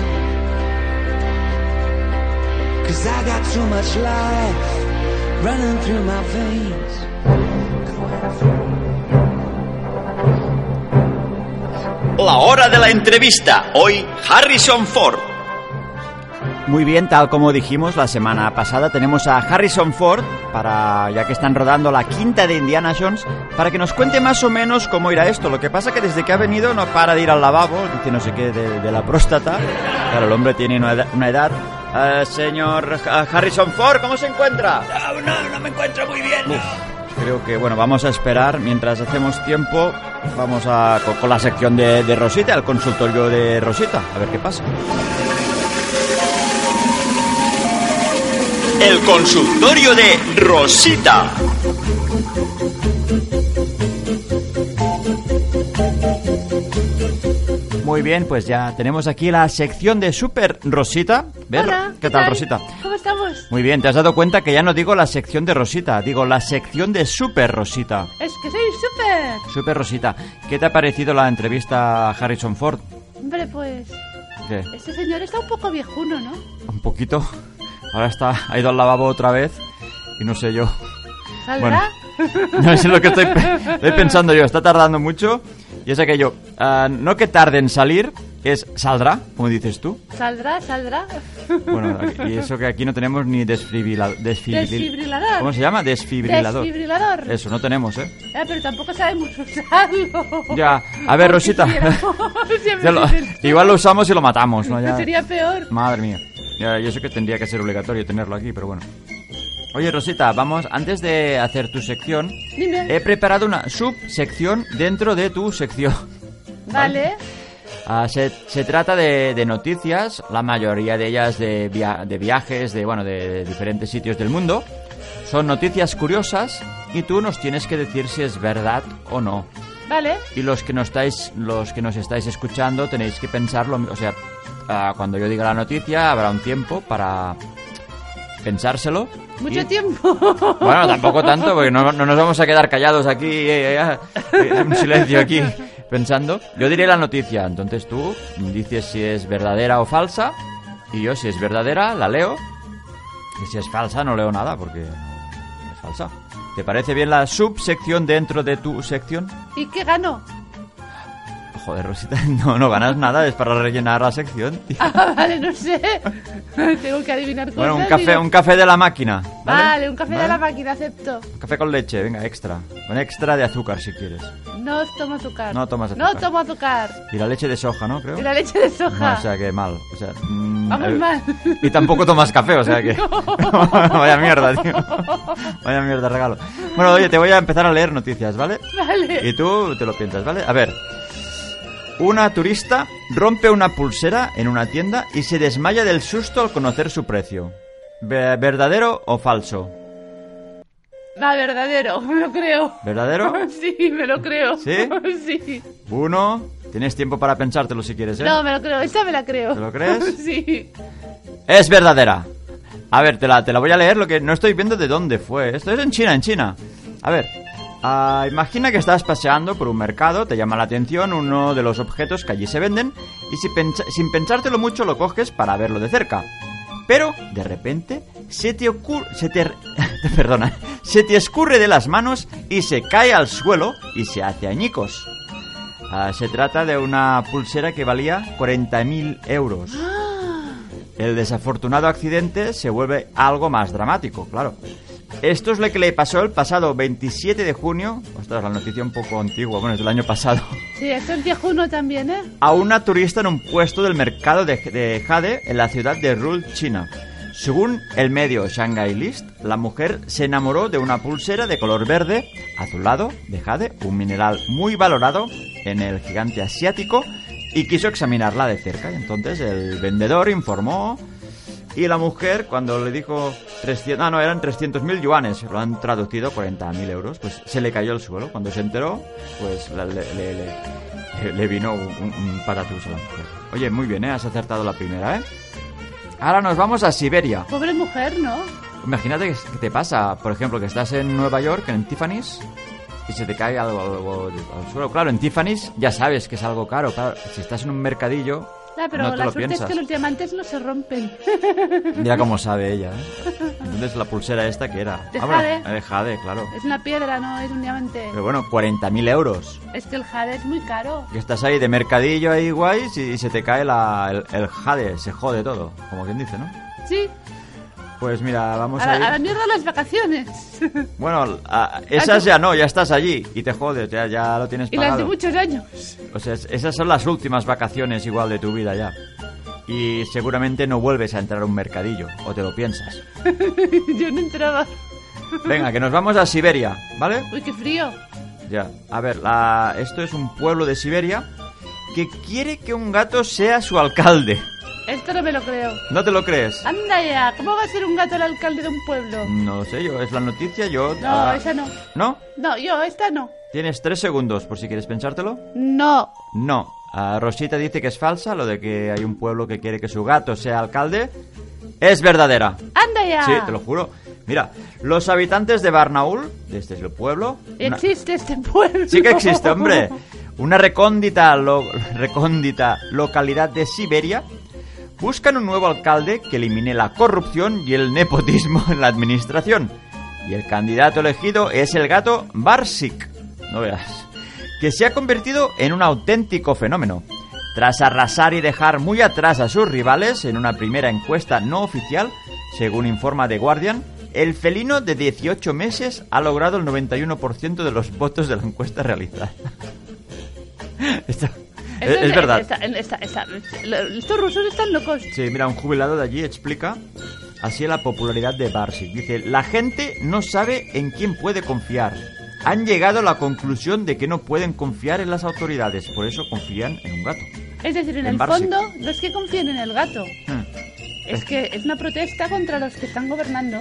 [SPEAKER 5] Cause I got too much life running through my veins.
[SPEAKER 4] La hora de la entrevista. Hoy Harrison Ford. Muy bien, tal como dijimos la semana pasada, tenemos a Harrison Ford para ya que están rodando la quinta de Indiana Jones para que nos cuente más o menos cómo irá esto. Lo que pasa que desde que ha venido no para de ir al lavabo, dice no sé qué de, de la próstata. Claro, el hombre tiene una edad. una edad. Eh, señor eh, Harrison Ford, ¿cómo se encuentra? Creo que, bueno, vamos a esperar mientras hacemos tiempo. Vamos a, con, con la sección de, de Rosita, el consultorio de Rosita, a ver qué pasa. El consultorio de Rosita. Muy bien, pues ya tenemos aquí la sección de Super Rosita. ¿Ves?
[SPEAKER 6] Hola,
[SPEAKER 4] ¿Qué tal, Rosita?
[SPEAKER 6] ¿Cómo estamos?
[SPEAKER 4] Muy bien, te has dado cuenta que ya no digo la sección de Rosita, digo la sección de Super Rosita.
[SPEAKER 6] Es que soy súper.
[SPEAKER 4] Super Rosita, ¿qué te ha parecido la entrevista a Harrison Ford?
[SPEAKER 6] Hombre, pues.
[SPEAKER 4] ¿Qué?
[SPEAKER 6] Este señor está un poco viejuno, ¿no?
[SPEAKER 4] Un poquito. Ahora está, ha ido al lavabo otra vez y no sé yo.
[SPEAKER 6] ¿Saldrá?
[SPEAKER 4] Bueno, No es lo que estoy, pe- estoy pensando yo, está tardando mucho. Y es aquello, ah, no que tarde en salir, es saldrá, como dices tú.
[SPEAKER 6] ¿Saldrá, saldrá? *laughs*
[SPEAKER 4] Bueno, aquí- y eso que aquí no tenemos ni desfibrilador.
[SPEAKER 6] Desfibrilador.
[SPEAKER 4] ¿Cómo se llama? Desfibrilador.
[SPEAKER 6] Desfibrilador.
[SPEAKER 4] Eso, no tenemos, ¿eh?
[SPEAKER 6] Ya, pero tampoco sabemos usarlo.
[SPEAKER 4] Ya, a
[SPEAKER 6] *laughs*
[SPEAKER 4] ver, Rosita. *laughs*
[SPEAKER 6] Siempre
[SPEAKER 4] Ya lo-
[SPEAKER 6] dicen,
[SPEAKER 4] igual lo usamos y lo matamos, ¿no? Ya-
[SPEAKER 6] Sería peor.
[SPEAKER 4] Madre mía. Ya, yo sé que tendría que ser obligatorio tenerlo aquí, pero bueno. Oye, Rosita, vamos, antes de hacer tu sección,
[SPEAKER 6] Dime.
[SPEAKER 4] he preparado una subsección dentro de tu sección.
[SPEAKER 6] vale.
[SPEAKER 4] Ah, se, se trata de, de noticias, la mayoría de ellas de, via- de viajes, de, bueno, de, de diferentes sitios del mundo. Son noticias curiosas y tú nos tienes que decir si es verdad o no.
[SPEAKER 6] Vale.
[SPEAKER 4] Y los que nos estáis, los que nos estáis escuchando tenéis que pensarlo, o sea, ah, cuando yo diga la noticia habrá un tiempo para pensárselo.
[SPEAKER 6] Mucho
[SPEAKER 4] Y-
[SPEAKER 6] tiempo.
[SPEAKER 4] Bueno, tampoco tanto, porque no, no nos vamos a quedar callados aquí, eh, eh, eh, en silencio aquí, pensando. Yo diré la noticia, entonces tú dices si es verdadera o falsa, y yo si es verdadera la leo, y si es falsa no leo nada, porque no es falsa. ¿Te parece bien la subsección dentro de tu sección?
[SPEAKER 6] ¿Y qué ganó?
[SPEAKER 4] Joder, Rosita, *laughs* no, no ganas nada, es para rellenar la sección. tío.
[SPEAKER 6] *laughs* *laughs* Ah, vale, no sé. *laughs* Tengo que adivinar cosas.
[SPEAKER 4] Bueno, un
[SPEAKER 6] digo.
[SPEAKER 4] café, un café de la máquina.
[SPEAKER 6] Vale, un café de la
[SPEAKER 4] ¿Vale?
[SPEAKER 6] máquina, acepto.
[SPEAKER 4] Café con leche, venga, extra. Un extra de azúcar si quieres.
[SPEAKER 6] No tomo azúcar.
[SPEAKER 4] No tomas
[SPEAKER 6] No
[SPEAKER 4] azúcar.
[SPEAKER 6] tomo azúcar.
[SPEAKER 4] Y la leche de soja, ¿no? Creo.
[SPEAKER 6] Y la leche de soja.
[SPEAKER 4] No, o sea que mal. O sea, mm,
[SPEAKER 6] Vamos mal.
[SPEAKER 4] Y tampoco tomas café, o
[SPEAKER 6] *laughs*
[SPEAKER 4] sea que. *laughs* Vaya mierda, tío. Vaya mierda, regalo. Bueno, oye, te voy a empezar a leer noticias, ¿vale?
[SPEAKER 6] Vale.
[SPEAKER 4] Y tú te lo piensas, ¿vale? A ver. Una turista rompe una pulsera en una tienda y se desmaya del susto al conocer su precio. Ve- ¿Verdadero o falso?
[SPEAKER 6] Va, verdadero, *laughs* me lo creo. *laughs*
[SPEAKER 4] ¿Verdadero?
[SPEAKER 6] Sí, *laughs* me lo creo.
[SPEAKER 4] ¿Sí?
[SPEAKER 6] *laughs* Sí.
[SPEAKER 4] Uno. Tienes tiempo para pensártelo si quieres, ¿eh?
[SPEAKER 6] No, me lo creo, esa me la creo.
[SPEAKER 4] ¿Te lo
[SPEAKER 3] *laughs*
[SPEAKER 4] crees?
[SPEAKER 6] Sí.
[SPEAKER 4] Es verdadera. A ver, te la, te la voy a leer, lo que no estoy viendo de dónde fue. Esto es en China, en China. A ver, ah, imagina que estás paseando por un mercado, te llama la atención uno de los objetos que allí se venden y si pensa- sin pensártelo mucho lo coges para verlo de cerca. Pero, de repente, se te ocurre... Se *laughs* te... Perdona. Se te escurre de las manos y se cae al suelo y se hace añicos. Ah, se trata de una pulsera que valía 40.000 euros. El desafortunado accidente se vuelve algo más dramático, claro. Esto es lo que le pasó el pasado 27 de junio, ostras, la noticia un poco antigua, bueno, es del año pasado,
[SPEAKER 6] Sí, esto es viejuno también, ¿eh?
[SPEAKER 4] a una turista en un puesto del mercado de, de Jade en la ciudad de Rul, China. Según el medio Shanghai List, la mujer se enamoró de una pulsera de color verde, azulado, de Jade, un mineral muy valorado en el gigante asiático, y quiso examinarla de cerca. Y entonces el vendedor informó y la mujer, cuando le dijo 300, ah, no, eran 300.000 yuanes, lo han traducido 40.000 euros, pues se le cayó al suelo. Cuando se enteró, pues la- le, le- le- le vino un, un patatús a la mujer. Oye, muy bien, ¿eh? has acertado la primera, ¿eh? Ahora nos vamos a Siberia.
[SPEAKER 6] Pobre mujer, ¿no?
[SPEAKER 4] Imagínate que que te pasa, por ejemplo, que estás en Nueva York, en Tiffany's, y se te cae algo, algo al suelo. Claro, en Tiffany's ya sabes que es algo caro. claro. si estás en un mercadillo,
[SPEAKER 6] Ah, pero
[SPEAKER 4] no te
[SPEAKER 6] la
[SPEAKER 4] lo
[SPEAKER 6] suerte
[SPEAKER 4] piensas.
[SPEAKER 6] es que los diamantes no se rompen.
[SPEAKER 4] Mira cómo sabe ella, ¿eh? Entonces la pulsera esta que era.
[SPEAKER 6] De
[SPEAKER 4] Ah, bueno,
[SPEAKER 6] jade.
[SPEAKER 4] eh, de jade, claro.
[SPEAKER 6] Es una piedra, no es un diamante.
[SPEAKER 4] Pero bueno, 40.000 euros.
[SPEAKER 6] Es que el jade es muy caro.
[SPEAKER 4] Que estás ahí de mercadillo ahí guay y se te cae la- el, el jade, se jode todo, como quien dice, ¿no?
[SPEAKER 6] Sí,
[SPEAKER 4] Pues mira, vamos
[SPEAKER 6] a la, a
[SPEAKER 4] a
[SPEAKER 6] la
[SPEAKER 4] ir...
[SPEAKER 6] mierda
[SPEAKER 3] *laughs*
[SPEAKER 6] las vacaciones.
[SPEAKER 4] Bueno, a- esas
[SPEAKER 6] que-
[SPEAKER 4] ya no, ya estás allí y te jodes, ya, ya lo tienes
[SPEAKER 6] ah, y las de
[SPEAKER 4] pagado.
[SPEAKER 3] *laughs*
[SPEAKER 6] muchos años.
[SPEAKER 4] O sea, es- esas son las últimas vacaciones igual de tu vida ya. Y seguramente no vuelves a entrar a un mercadillo, o te lo
[SPEAKER 6] *laughs*
[SPEAKER 4] piensas.
[SPEAKER 6] Yo no entraba.
[SPEAKER 4] Venga, que nos vamos a Siberia, ¿vale?
[SPEAKER 6] Uy, qué frío.
[SPEAKER 4] Ya, a ver, la- esto es un pueblo de Siberia que quiere que un gato sea su alcalde.
[SPEAKER 6] Esto no me lo creo.
[SPEAKER 4] ¿No te lo crees?
[SPEAKER 6] Anda ya, ¿cómo va a ser un gato el alcalde de un pueblo?
[SPEAKER 4] No lo sé yo, es la noticia, yo...
[SPEAKER 6] No,
[SPEAKER 4] ah,
[SPEAKER 6] esa no.
[SPEAKER 4] ¿No?
[SPEAKER 6] No, yo, esta no.
[SPEAKER 4] Tienes tres segundos por si quieres pensártelo.
[SPEAKER 6] No.
[SPEAKER 4] No. Ah, Rosita dice que es falsa lo de que hay un pueblo que quiere que su gato sea alcalde. Es verdadera.
[SPEAKER 6] Anda ya.
[SPEAKER 4] Sí, te lo juro. Mira, los habitantes de Barnaul, de este es el pueblo... una-
[SPEAKER 6] Existe este pueblo.
[SPEAKER 4] Sí que existe, hombre. Una recóndita, lo- recóndita localidad de Siberia buscan un nuevo alcalde que elimine la corrupción y el nepotismo en la administración. Y Y el candidato elegido es el gato Barsik. No veas. Que se ha convertido en un auténtico fenómeno. Tras arrasar y dejar muy atrás a sus rivales en una primera encuesta no oficial, según informa The Guardian, el felino de 18 meses ha logrado el 91% de los votos de la encuesta realizada. *laughs* Esto-
[SPEAKER 6] Esto
[SPEAKER 4] es, es verdad.
[SPEAKER 6] está- está- está- lo- estos rusos están locos.
[SPEAKER 4] Sí, mira, un jubilado de allí explica así la popularidad de Barsik. Dice, la gente no sabe en quién puede confiar. Han llegado a la conclusión de que no pueden confiar en las autoridades, por eso confían en un gato.
[SPEAKER 6] Es decir, en
[SPEAKER 4] En
[SPEAKER 6] el
[SPEAKER 4] Barsi.
[SPEAKER 6] fondo no es que confíen en el gato.
[SPEAKER 4] Hmm.
[SPEAKER 6] Es que es una protesta contra los que están gobernando.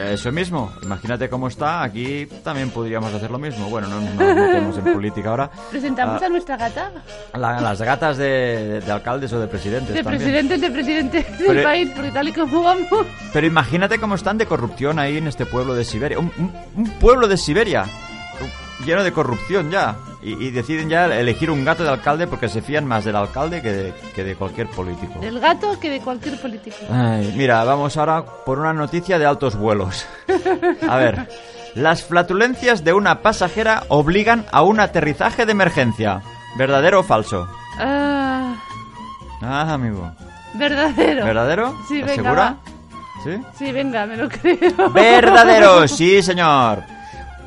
[SPEAKER 4] Eso mismo, imagínate cómo está, aquí también podríamos hacer lo mismo. Bueno, no nos metemos en política ahora.
[SPEAKER 6] Presentamos
[SPEAKER 4] Ah,
[SPEAKER 6] a nuestra gata
[SPEAKER 4] la- las gatas de, de alcaldes o de presidentes.
[SPEAKER 6] de
[SPEAKER 4] también.
[SPEAKER 6] presidente de presidente del
[SPEAKER 4] Pero-
[SPEAKER 6] país, porque tal y como vamos,
[SPEAKER 4] Pero imagínate cómo están de corrupción ahí en este pueblo de Siberia. Un, un- un pueblo de Siberia uh, lleno de corrupción ya. Y, y deciden ya elegir un gato de alcalde porque se fían más del alcalde que de, que de cualquier político.
[SPEAKER 6] del gato que de cualquier político.
[SPEAKER 4] Ay, mira, vamos ahora por una noticia de altos vuelos. A ver, las flatulencias de una pasajera obligan a un aterrizaje de emergencia. ¿Verdadero o falso?
[SPEAKER 6] Ah,
[SPEAKER 4] Ah, amigo.
[SPEAKER 6] verdadero.
[SPEAKER 4] ¿Verdadero?
[SPEAKER 6] Sí,
[SPEAKER 4] ¿Estás
[SPEAKER 6] venga,
[SPEAKER 4] ¿Segura? ¿Sí?
[SPEAKER 6] Sí, venga, me lo *laughs* creo.
[SPEAKER 4] Verdadero, sí señor.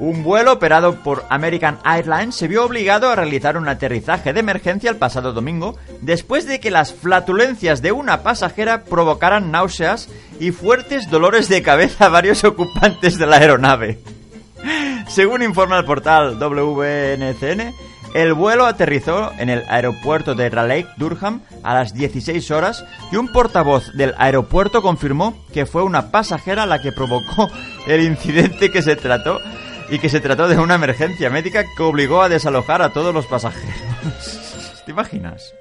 [SPEAKER 4] Un vuelo operado por American Airlines se vio obligado a realizar un aterrizaje de emergencia el pasado domingo después de que las flatulencias de una pasajera provocaran náuseas y fuertes dolores de cabeza a varios *laughs* ocupantes de la aeronave. Según informa el portal WNCN, el vuelo aterrizó en el aeropuerto de Raleigh, Durham, a las 16 horas y un portavoz del aeropuerto confirmó que fue una pasajera la que provocó el incidente que se trató y que se trató de una emergencia médica que obligó a desalojar a todos los pasajeros. *laughs* ¿Te imaginas?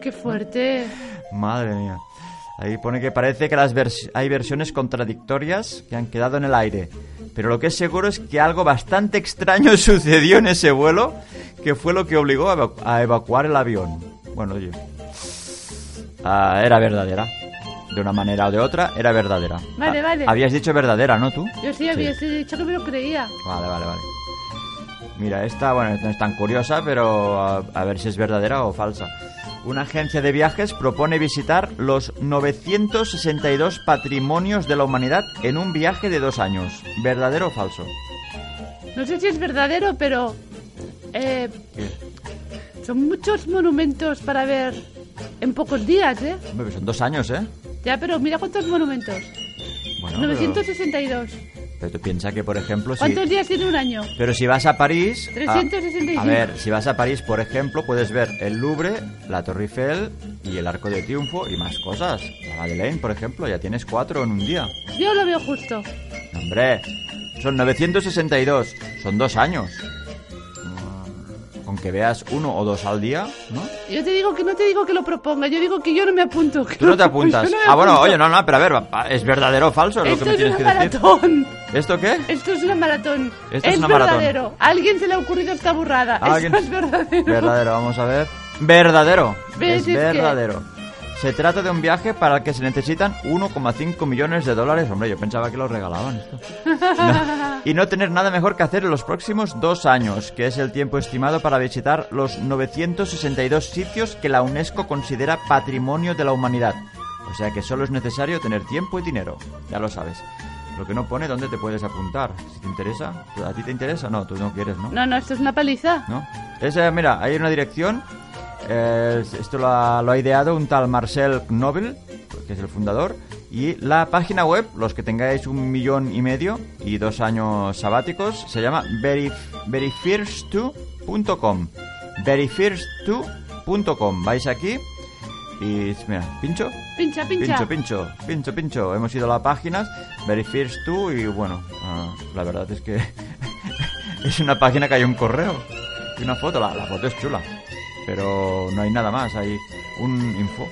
[SPEAKER 6] Qué fuerte.
[SPEAKER 4] Madre mía. Ahí pone que parece que las vers- hay versiones contradictorias que han quedado en el aire. Pero lo que es seguro es que algo bastante extraño *laughs* sucedió en ese vuelo, que fue lo que obligó a, evacu- a evacuar el avión. Bueno, oye. Ah, era verdadera. De una manera o de otra, era verdadera.
[SPEAKER 6] Vale,
[SPEAKER 4] Ah,
[SPEAKER 6] vale.
[SPEAKER 4] Habías dicho verdadera, ¿no tú?
[SPEAKER 6] Yo sí había dicho que me lo creía.
[SPEAKER 4] Vale, vale, vale. Mira, esta, bueno, no es tan curiosa, pero a, a ver si es verdadera o falsa. Una agencia de viajes propone visitar los 962 patrimonios de la humanidad en un viaje de dos años. ¿Verdadero o falso?
[SPEAKER 6] No sé si es verdadero, pero eh, son muchos monumentos para ver en pocos días, ¿eh?
[SPEAKER 4] Hombre, pues son dos años, ¿eh?
[SPEAKER 6] Ya, pero mira cuántos monumentos.
[SPEAKER 4] Ah, Bueno,
[SPEAKER 6] 962.
[SPEAKER 4] Pero, pero tú piensas que, por ejemplo, si...
[SPEAKER 6] ¿Cuántos días tiene un año?
[SPEAKER 4] Pero si vas a París... a-
[SPEAKER 6] 365.
[SPEAKER 4] A, ver, si vas a París, por ejemplo, puedes ver el Louvre, la Torre Eiffel y el Arco de Triunfo y más cosas. La Madeleine, por ejemplo, ya tienes cuatro en un día.
[SPEAKER 6] Yo lo veo justo.
[SPEAKER 4] Hombre, son 962, son dos años. Mm, Con que veas uno o dos al día, ¿no?
[SPEAKER 6] Yo te digo que no te digo que lo proponga, yo digo que yo no me apunto. que
[SPEAKER 4] Tú
[SPEAKER 6] *laughs*
[SPEAKER 4] no te
[SPEAKER 6] yo me
[SPEAKER 4] apuntas. Ah, bueno,
[SPEAKER 6] apunto.
[SPEAKER 4] oye, no, no, pero a ver, va- va, ¿es verdadero o falso lo que
[SPEAKER 6] Esto
[SPEAKER 4] me
[SPEAKER 6] es
[SPEAKER 4] tienes
[SPEAKER 6] una
[SPEAKER 4] que decir?
[SPEAKER 6] maratón.
[SPEAKER 4] ¿Esto qué?
[SPEAKER 6] Esto es una maratón.
[SPEAKER 4] Esto es una maratón.
[SPEAKER 6] verdadero. A alguien se le ha ocurrido esta burrada.
[SPEAKER 4] Ah,
[SPEAKER 6] Esto
[SPEAKER 4] que-
[SPEAKER 6] es verdadero.
[SPEAKER 4] Verdadero, vamos a ver. Verdadero.
[SPEAKER 6] ¿Ves?
[SPEAKER 4] Es
[SPEAKER 6] Es que-
[SPEAKER 4] verdadero. Se trata de un viaje para el que se necesitan 1,5 millones de dólares. Hombre, yo pensaba que los regalaban esto. No. Y no tener nada mejor que hacer en los próximos dos años, que es el tiempo estimado para visitar los 962 sitios que la UNESCO considera patrimonio de la humanidad. O sea que solo es necesario tener tiempo y dinero. Ya lo sabes. Lo que no pone dónde te puedes apuntar. Si te interesa, ¿a ti te interesa? No, tú no quieres, ¿no?
[SPEAKER 6] No, no, esto es una paliza.
[SPEAKER 4] ¿no? Es, eh, mira, hay una dirección. eh, esto lo ha, lo ha ideado un tal Marcel Knobel, que es el fundador. Y la página web, los que tengáis un millón y medio y dos años sabáticos, se llama verif- verifirst2.com. Verifirst2.com. Vais aquí y, mira, pincho.
[SPEAKER 6] Pincha, pincha.
[SPEAKER 4] Pincho, pincho, pincho, pincho. Hemos ido a la página, Very First Two, y bueno, ah, la verdad es que *laughs* es una página que hay un correo y una foto. La, la foto es chula, pero no hay nada más, hay un info.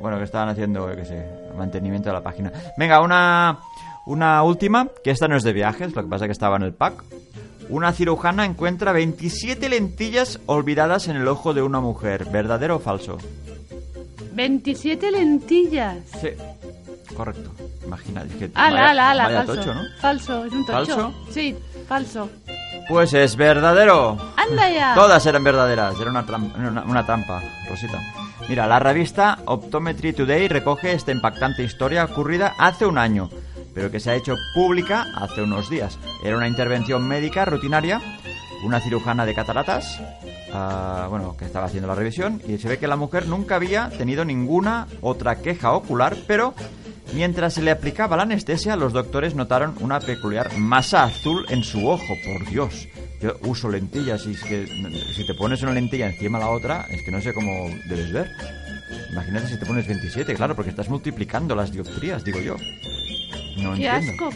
[SPEAKER 4] Bueno, que estaban haciendo, yo qué sé, mantenimiento de la página. Venga, una, una última, que esta no es de viajes, lo que pasa es que estaba en el pack. Una cirujana encuentra 27 lentillas olvidadas en el ojo de una mujer. ¿Verdadero o falso?
[SPEAKER 6] 27 lentillas.
[SPEAKER 4] Sí, correcto. Imagina, es que
[SPEAKER 6] Ala,
[SPEAKER 4] vaya-
[SPEAKER 6] ala, ala,
[SPEAKER 4] vaya
[SPEAKER 6] falso.
[SPEAKER 4] tocho, ¿no?
[SPEAKER 6] Falso, es un tocho.
[SPEAKER 4] ¿Falso?
[SPEAKER 6] Sí, falso.
[SPEAKER 4] Pues es verdadero. *laughs*
[SPEAKER 6] Anda ya.
[SPEAKER 4] Todas eran verdaderas, era una, tram- era una- una trampa, Rosita. Mira, la revista Optometry Today recoge esta impactante historia ocurrida hace un año, pero que se ha hecho pública hace unos días. Era una intervención médica rutinaria, una cirujana de cataratas, ah, bueno, que estaba haciendo la revisión, y se ve que la mujer nunca había tenido ninguna otra queja ocular, pero mientras se le aplicaba la anestesia, los doctores notaron una peculiar masa azul en su ojo, por Dios. Yo uso lentillas y es que si te pones una lentilla encima de la otra, es que no sé cómo debes ver. Imagínate si te pones 27, claro, porque estás multiplicando las dioptrías, digo yo. No
[SPEAKER 6] Qué
[SPEAKER 4] entiendo.
[SPEAKER 6] asco.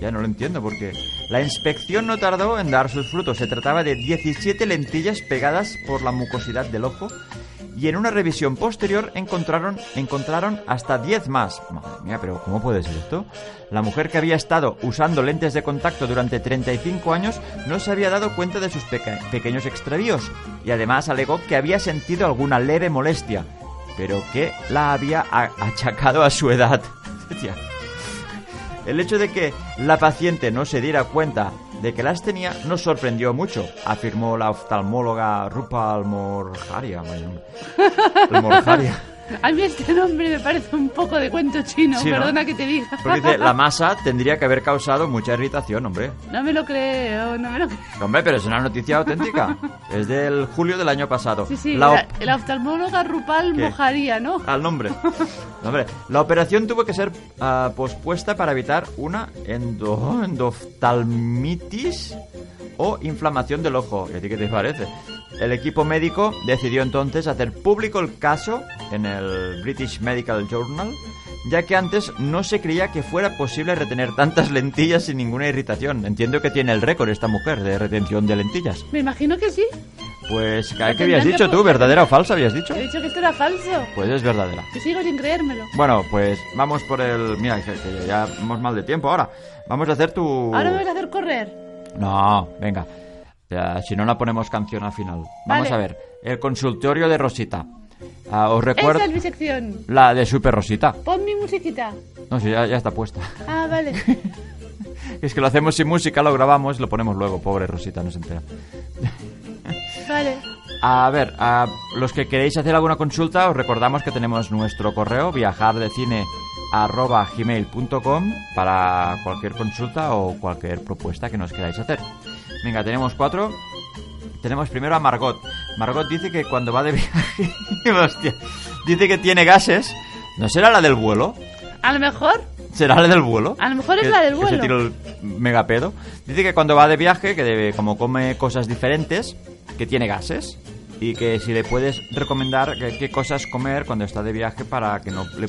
[SPEAKER 4] Ya no lo entiendo porque la inspección no tardó en dar sus frutos. Se trataba de 17 lentillas pegadas por la mucosidad del ojo y en una revisión posterior encontraron, encontraron hasta 10 más. Madre mía, pero ¿cómo puede ser esto? La mujer que había estado usando lentes de contacto durante 35 años no se había dado cuenta de sus peca- pequeños extravíos y además alegó que había sentido alguna leve molestia, pero que la había a- achacado a su edad. *laughs* Hostia. El hecho de que la paciente no se diera cuenta de que las tenía nos sorprendió mucho, afirmó la oftalmóloga Rupa Almorjaria. vaya
[SPEAKER 6] *laughs*
[SPEAKER 4] nombre. Almorjaria.
[SPEAKER 6] A mí este nombre me parece un poco de cuento chino,
[SPEAKER 4] Sí, ¿no?
[SPEAKER 6] perdona que te diga.
[SPEAKER 4] Porque dice, la masa tendría que haber causado mucha irritación, hombre.
[SPEAKER 6] *laughs* No me lo creo, no me lo creo.
[SPEAKER 4] Hombre, pero es una noticia auténtica. Es del julio del año pasado.
[SPEAKER 6] Sí, sí,
[SPEAKER 4] La
[SPEAKER 6] la,
[SPEAKER 4] op-
[SPEAKER 6] la oftalmóloga Rupal
[SPEAKER 4] ¿Qué?
[SPEAKER 6] mojaría, ¿no?
[SPEAKER 4] al nombre.
[SPEAKER 6] *laughs*
[SPEAKER 4] Hombre, la operación tuvo que ser ah, pospuesta para evitar una endo- endoftalmitis o inflamación del ojo. ¿Y a ti qué te parece? El equipo médico decidió entonces hacer público el caso en el British Medical Journal, ya que antes no se creía que fuera posible retener tantas lentillas sin ninguna irritación. Entiendo que tiene el récord esta mujer de retención de lentillas.
[SPEAKER 6] Me imagino que sí.
[SPEAKER 4] Pues, ¿qué
[SPEAKER 6] tendrán
[SPEAKER 4] habías
[SPEAKER 6] que
[SPEAKER 4] dicho tú?
[SPEAKER 6] pu-
[SPEAKER 4] ¿Verdadera o falsa habías dicho?
[SPEAKER 6] He dicho que esto era falso.
[SPEAKER 4] Pues es verdadera.
[SPEAKER 6] Yo sigo sin creérmelo.
[SPEAKER 4] Bueno, pues vamos por el. Mira, que- que ya vamos mal de tiempo ahora. Vamos a hacer tu.
[SPEAKER 6] Ahora me vas a hacer correr.
[SPEAKER 4] No, venga. Ya, si no, no ponemos canción al final. Vamos
[SPEAKER 6] Vale.
[SPEAKER 4] a ver. El consultorio de Rosita. Ah, os recuerdo.
[SPEAKER 6] Esa es mi sección.
[SPEAKER 4] La de Super Rosita.
[SPEAKER 6] Pon mi musiquita.
[SPEAKER 4] No, si ya, ya está puesta. *laughs*
[SPEAKER 6] Ah, vale.
[SPEAKER 4] Es que lo hacemos sin música, lo grabamos, lo ponemos luego. Pobre Rosita, no se entera.
[SPEAKER 6] Vale.
[SPEAKER 4] A ver, a los que queréis hacer alguna consulta, os recordamos que tenemos nuestro correo viajardecine.gmail.com para cualquier consulta o cualquier propuesta que nos queráis hacer. Venga, tenemos cuatro. Tenemos primero a Margot. Margot dice que cuando va de *laughs* viaje... Hostia, dice que tiene gases. ¿No será la del vuelo?
[SPEAKER 6] A lo mejor
[SPEAKER 4] ¿Será la del vuelo?
[SPEAKER 6] A lo mejor es
[SPEAKER 4] Que-
[SPEAKER 6] la del
[SPEAKER 4] Que
[SPEAKER 6] vuelo.
[SPEAKER 4] se tiró el megapedo. Dice que cuando va de viaje, que debe- como come cosas diferentes, que tiene gases. Y que si le puedes recomendar que- qué cosas comer cuando está de viaje para que no le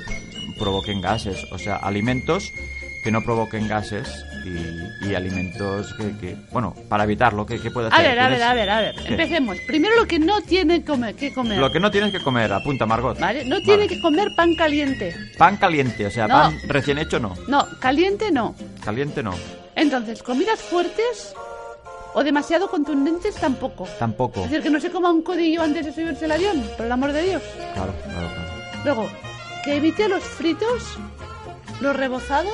[SPEAKER 4] provoquen gases. O sea, alimentos que no provoquen gases y, y alimentos que, que- Bueno, para evitarlo, ¿qué, qué puede hacer?
[SPEAKER 6] A ver, a
[SPEAKER 4] ¿Tienes-
[SPEAKER 6] ver, a ver, a ver.
[SPEAKER 4] ¿Qué?
[SPEAKER 6] Empecemos. Primero lo que no tiene come- que comer.
[SPEAKER 4] Lo que no tienes que comer, apunta Margot.
[SPEAKER 6] ¿Vale? No tiene
[SPEAKER 4] Vale.
[SPEAKER 6] que comer pan caliente.
[SPEAKER 4] Pan caliente, o sea,
[SPEAKER 6] No.
[SPEAKER 4] pan recién hecho no.
[SPEAKER 6] No, caliente no.
[SPEAKER 4] Caliente no,
[SPEAKER 6] Entonces, comidas fuertes o demasiado contundentes tampoco.
[SPEAKER 4] tampoco.
[SPEAKER 6] Es decir, que no se coma un codillo antes de subirse al avión, por el amor de Dios.
[SPEAKER 4] Claro, claro, claro.
[SPEAKER 6] Luego, que evite los fritos, los rebozados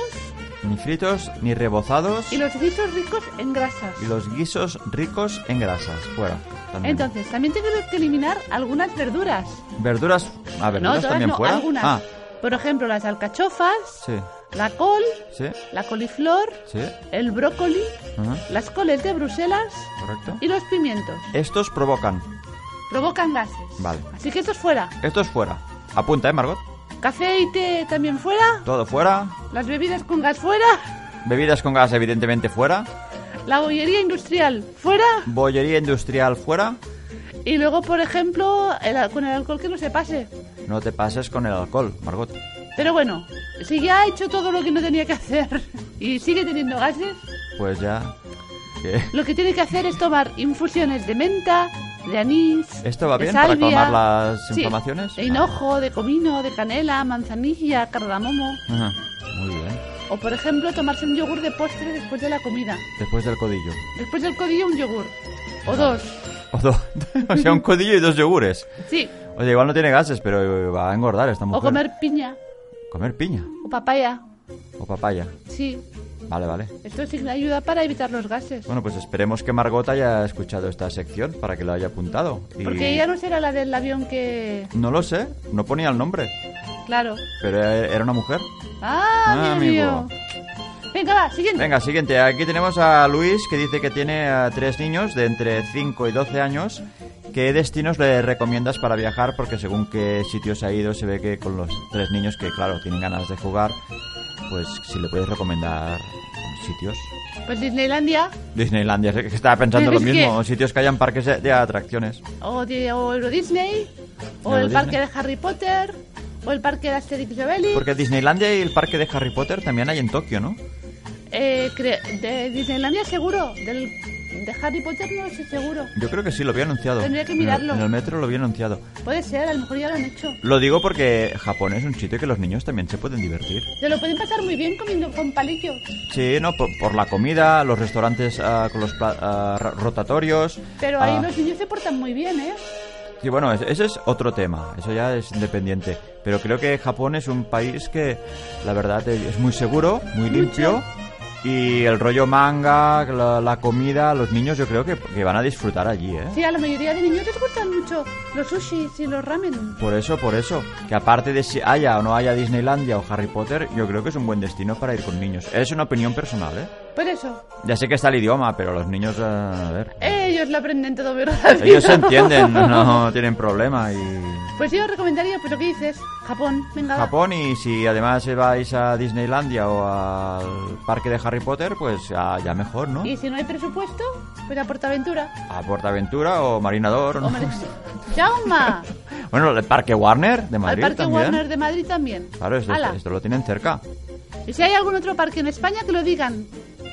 [SPEAKER 4] Ni fritos, ni rebozados.
[SPEAKER 6] y los guisos ricos en grasas.
[SPEAKER 4] y los guisos ricos en grasas. Fuera. También.
[SPEAKER 6] Entonces, también tenemos que eliminar algunas verduras.
[SPEAKER 4] Verduras. Ah, verduras
[SPEAKER 6] no, todas
[SPEAKER 4] también
[SPEAKER 6] no,
[SPEAKER 4] fuera.
[SPEAKER 6] algunas.
[SPEAKER 4] Ah,
[SPEAKER 6] Por ejemplo, las alcachofas,
[SPEAKER 4] sí.
[SPEAKER 6] la col,
[SPEAKER 4] Sí.
[SPEAKER 6] la coliflor,
[SPEAKER 4] Sí.
[SPEAKER 6] el brócoli,
[SPEAKER 4] Ajá,
[SPEAKER 6] las coles de Bruselas
[SPEAKER 4] Correcto.
[SPEAKER 6] y los pimientos.
[SPEAKER 4] Estos provocan.
[SPEAKER 6] Provocan gases.
[SPEAKER 4] Vale.
[SPEAKER 6] Así que esto es fuera.
[SPEAKER 4] Estos fuera. Apunta, ¿eh, Margot?
[SPEAKER 6] Café y té también fuera.
[SPEAKER 4] Todo fuera.
[SPEAKER 6] Las bebidas con gas fuera.
[SPEAKER 4] Bebidas con gas, evidentemente, fuera.
[SPEAKER 6] La bollería industrial fuera.
[SPEAKER 4] Bollería industrial, fuera.
[SPEAKER 6] Y luego, por ejemplo, el al- con el alcohol que no se pase.
[SPEAKER 4] No te pases con el alcohol, Margot.
[SPEAKER 6] Pero bueno, si ya ha hecho todo lo que no tenía que hacer *laughs* y sigue teniendo gases,
[SPEAKER 4] Pues ya. ¿Qué?
[SPEAKER 6] lo que tiene que hacer es tomar infusiones de menta, de anís,
[SPEAKER 4] ¿Esto va
[SPEAKER 6] de
[SPEAKER 4] bien para
[SPEAKER 6] salvia,
[SPEAKER 4] calmar las
[SPEAKER 6] sí,
[SPEAKER 4] inflamaciones?
[SPEAKER 6] de hinojo, de comino, de canela, manzanilla, cardamomo.
[SPEAKER 4] Ajá, Muy bien.
[SPEAKER 6] O, por ejemplo, tomarse un yogur de postre después de la comida.
[SPEAKER 4] Después del codillo.
[SPEAKER 6] Después del codillo, un yogur. O dos.
[SPEAKER 4] O, do- *laughs* o sea, un codillo y dos yogures.
[SPEAKER 6] Sí.
[SPEAKER 4] Oye, igual no tiene gases, pero va a engordar esta mujer.
[SPEAKER 6] O comer piña.
[SPEAKER 4] Comer piña.
[SPEAKER 6] O papaya.
[SPEAKER 4] O papaya.
[SPEAKER 6] Sí,
[SPEAKER 4] Vale, vale.
[SPEAKER 6] esto sí que ayuda para evitar los gases.
[SPEAKER 4] Bueno, pues esperemos que Margot haya escuchado esta sección para que lo haya apuntado. Y-
[SPEAKER 6] Porque ella no será la del avión que...
[SPEAKER 4] No lo sé, no ponía el nombre,
[SPEAKER 6] Claro.
[SPEAKER 4] pero era una mujer. Ah,
[SPEAKER 6] Ah, mira,
[SPEAKER 4] amigo.
[SPEAKER 6] mío. Venga, va, siguiente.
[SPEAKER 4] Venga, siguiente. Aquí tenemos a Luis que dice que tiene a tres niños de entre 5 y 12 años. ¿Qué destinos le recomiendas para viajar? Porque según qué sitios ha ido, se ve que con los tres niños que, claro, tienen ganas de jugar, pues si le puedes recomendar sitios.
[SPEAKER 6] Pues Disneylandia
[SPEAKER 4] Disneylandia, es que estaba pensando lo
[SPEAKER 6] Pero es
[SPEAKER 4] mismo.
[SPEAKER 6] que-
[SPEAKER 4] Sitios que hayan parques de, de atracciones.
[SPEAKER 6] o, de- o Euro Disney o
[SPEAKER 4] Euro
[SPEAKER 6] el
[SPEAKER 4] Disney.
[SPEAKER 6] parque de Harry Potter o el parque de Asterix y Obelix.
[SPEAKER 4] Porque Disneylandia y el parque de Harry Potter también hay en Tokio, ¿no?
[SPEAKER 6] Eh, cre- de Disneylandia seguro, del, de Harry Potter no estoy seguro.
[SPEAKER 4] Yo creo que sí, lo había anunciado.
[SPEAKER 6] Tendría que
[SPEAKER 4] En el-
[SPEAKER 6] mirarlo.
[SPEAKER 4] en el metro lo había anunciado.
[SPEAKER 6] Puede ser, a lo mejor ya lo han hecho.
[SPEAKER 4] Lo digo porque Japón es un sitio que los niños también se pueden divertir.
[SPEAKER 6] Se lo pueden pasar muy bien comiendo con palillos.
[SPEAKER 4] Sí, no, por, por la comida, los restaurantes ah, con los pla- ah, ra- rotatorios.
[SPEAKER 6] Pero ahí
[SPEAKER 4] ah,
[SPEAKER 6] los niños se portan muy bien, ¿eh?
[SPEAKER 4] Sí, bueno, es- ese es otro tema, eso ya es independiente. Pero creo que Japón es un país que, la verdad, eh, es muy seguro, muy limpio. Y el rollo manga, la, la comida, los niños yo creo que, que van a disfrutar allí, ¿eh?
[SPEAKER 6] Sí, a la mayoría de niños les gustan mucho los sushis y los ramen.
[SPEAKER 4] Por eso, por eso. Que aparte de si haya o no haya Disneylandia o Harry Potter, yo creo que es un buen destino para ir con niños. Es una opinión personal, ¿eh?
[SPEAKER 6] Por eso,
[SPEAKER 4] Ya sé que está el idioma, pero los niños, eh, a
[SPEAKER 6] *laughs*
[SPEAKER 4] ver.
[SPEAKER 6] ellos lo aprenden todo, ¿verdad?
[SPEAKER 4] Ellos se entienden, no tienen problema. Y...
[SPEAKER 6] *laughs* Pues yo recomendaría, pues lo que dices, Japón, venga. va.
[SPEAKER 4] Japón, y si además vais a Disneylandia o al parque de Harry Potter, pues ah, ya mejor, ¿no?
[SPEAKER 6] Y si no hay presupuesto, pues a Portaventura.
[SPEAKER 4] A Portaventura o Marinador. ¿no? *laughs*
[SPEAKER 6] O Mar- Jaume,
[SPEAKER 4] Bueno, el parque Warner de
[SPEAKER 6] al
[SPEAKER 4] Madrid
[SPEAKER 6] Parque
[SPEAKER 4] también.
[SPEAKER 6] Warner de Madrid también.
[SPEAKER 4] Claro, esto,
[SPEAKER 6] Ala.
[SPEAKER 4] esto lo tienen cerca.
[SPEAKER 6] Y si hay algún otro parque en España, que lo digan.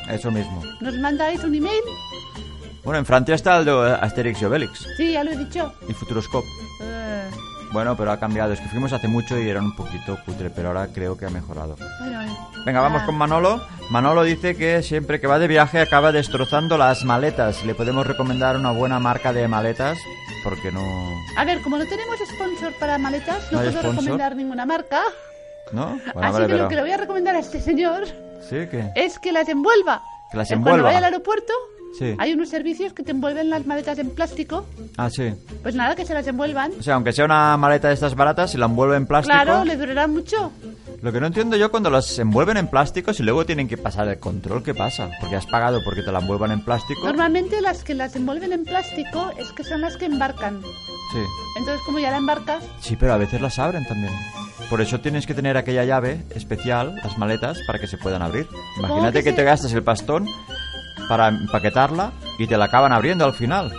[SPEAKER 4] Eso mismo.
[SPEAKER 6] Nos mandáis un email.
[SPEAKER 4] Bueno, en Francia está el de Asterix y Obelix
[SPEAKER 6] Sí, ya lo he dicho.
[SPEAKER 4] y Futuroscope.
[SPEAKER 6] Eh,
[SPEAKER 4] Bueno, pero ha cambiado. Es que fuimos hace mucho y era un poquito cutre, pero ahora creo que ha mejorado.
[SPEAKER 6] bueno, eh.
[SPEAKER 4] Venga, vamos
[SPEAKER 6] Ah.
[SPEAKER 4] con Manolo. Manolo dice que siempre que va de viaje acaba destrozando las maletas. Le podemos recomendar una buena marca de maletas porque no...
[SPEAKER 6] A ver, como no tenemos sponsor para maletas,
[SPEAKER 4] No
[SPEAKER 6] no,
[SPEAKER 4] hay
[SPEAKER 6] puedo
[SPEAKER 4] sponsor.
[SPEAKER 6] recomendar ninguna marca.
[SPEAKER 4] ¿No? Bueno,
[SPEAKER 6] así
[SPEAKER 4] vale,
[SPEAKER 6] que
[SPEAKER 4] pero-
[SPEAKER 6] lo que le voy a recomendar a este señor
[SPEAKER 4] Sí, que...
[SPEAKER 6] es que las envuelva.
[SPEAKER 4] Que las
[SPEAKER 6] Eh,
[SPEAKER 4] envuelva.
[SPEAKER 6] Cuando vaya al aeropuerto,
[SPEAKER 4] Sí.
[SPEAKER 6] hay unos servicios que te envuelven las maletas en plástico.
[SPEAKER 4] Ah, sí.
[SPEAKER 6] Pues nada, que se las envuelvan.
[SPEAKER 4] O sea, aunque sea una maleta de estas baratas, si la envuelven en plástico...
[SPEAKER 6] Claro, le durará mucho.
[SPEAKER 4] Lo que no entiendo yo cuando las envuelven en plástico si luego tienen que pasar el control, ¿qué pasa? Porque has pagado porque te la envuelvan en plástico.
[SPEAKER 6] Normalmente las que las envuelven en plástico es que son las que embarcan.
[SPEAKER 4] Sí.
[SPEAKER 6] Entonces, como ya la embarcas,
[SPEAKER 4] Sí, pero a veces las abren también. Por eso tienes que tener aquella llave especial, las maletas, para que se puedan abrir.
[SPEAKER 6] Supongo
[SPEAKER 4] Imagínate
[SPEAKER 6] que
[SPEAKER 4] que
[SPEAKER 6] se-
[SPEAKER 4] te gastas el pastón para empaquetarla y te la acaban abriendo al final.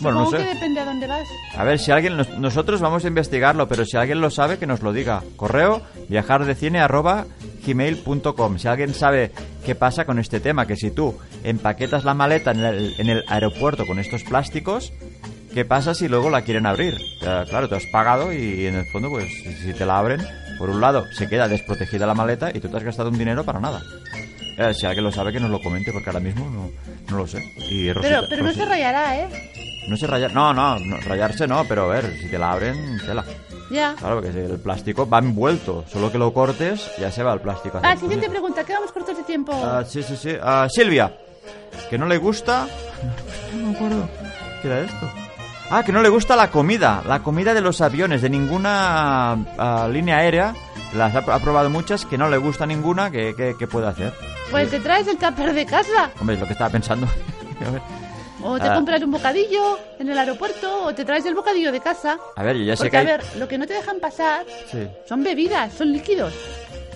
[SPEAKER 4] Bueno, no
[SPEAKER 6] supongo que
[SPEAKER 4] sé.
[SPEAKER 6] depende a dónde vas.
[SPEAKER 4] A ver, si alguien... nos- Nosotros vamos a investigarlo, pero si alguien lo sabe, que nos lo diga. Correo viajardecine.gmail.com Si alguien sabe qué pasa con este tema, que si tú empaquetas la maleta en el, en el aeropuerto con estos plásticos, ¿qué pasa si luego la quieren abrir? Eh, claro, te has pagado y en el fondo, pues, si- si te la abren, por un lado, se queda desprotegida la maleta y tú te has gastado un dinero para nada. Eh, si alguien lo sabe, que nos lo comente, porque ahora mismo no, no lo sé. Y Rosita-
[SPEAKER 6] Pero, pero no
[SPEAKER 4] Rosita-
[SPEAKER 6] se rayará, ¿eh?
[SPEAKER 4] no se rayar, no, no, no, rayarse no, pero a ver, si te la abren, tela.
[SPEAKER 6] Ya.
[SPEAKER 4] Claro, porque si el plástico va envuelto, solo que lo cortes, ya se va el plástico. hacia
[SPEAKER 6] Ah,
[SPEAKER 4] el-
[SPEAKER 6] siguiente pregunta, quedamos cortos de tiempo.
[SPEAKER 4] Ah, sí, sí, sí. Ah, Silvia, que no le gusta... No me acuerdo. ¿Qué era esto? Ah, que no le gusta la comida, la comida de los aviones, de ninguna ah, línea aérea. Las ha, ha probado muchas, que no le gusta ninguna, que, que, que puede hacer.
[SPEAKER 6] Pues te traes el tupper de casa,
[SPEAKER 4] Hombre, es lo que estaba pensando. *laughs* A ver.
[SPEAKER 6] o te
[SPEAKER 4] Ah.
[SPEAKER 6] compras un bocadillo en el aeropuerto, o te traes el bocadillo de casa.
[SPEAKER 4] A ver, yo ya sé
[SPEAKER 6] Porque,
[SPEAKER 4] que
[SPEAKER 6] a
[SPEAKER 4] hay...
[SPEAKER 6] ver, lo que no te dejan pasar
[SPEAKER 4] Sí.
[SPEAKER 6] son bebidas, son líquidos.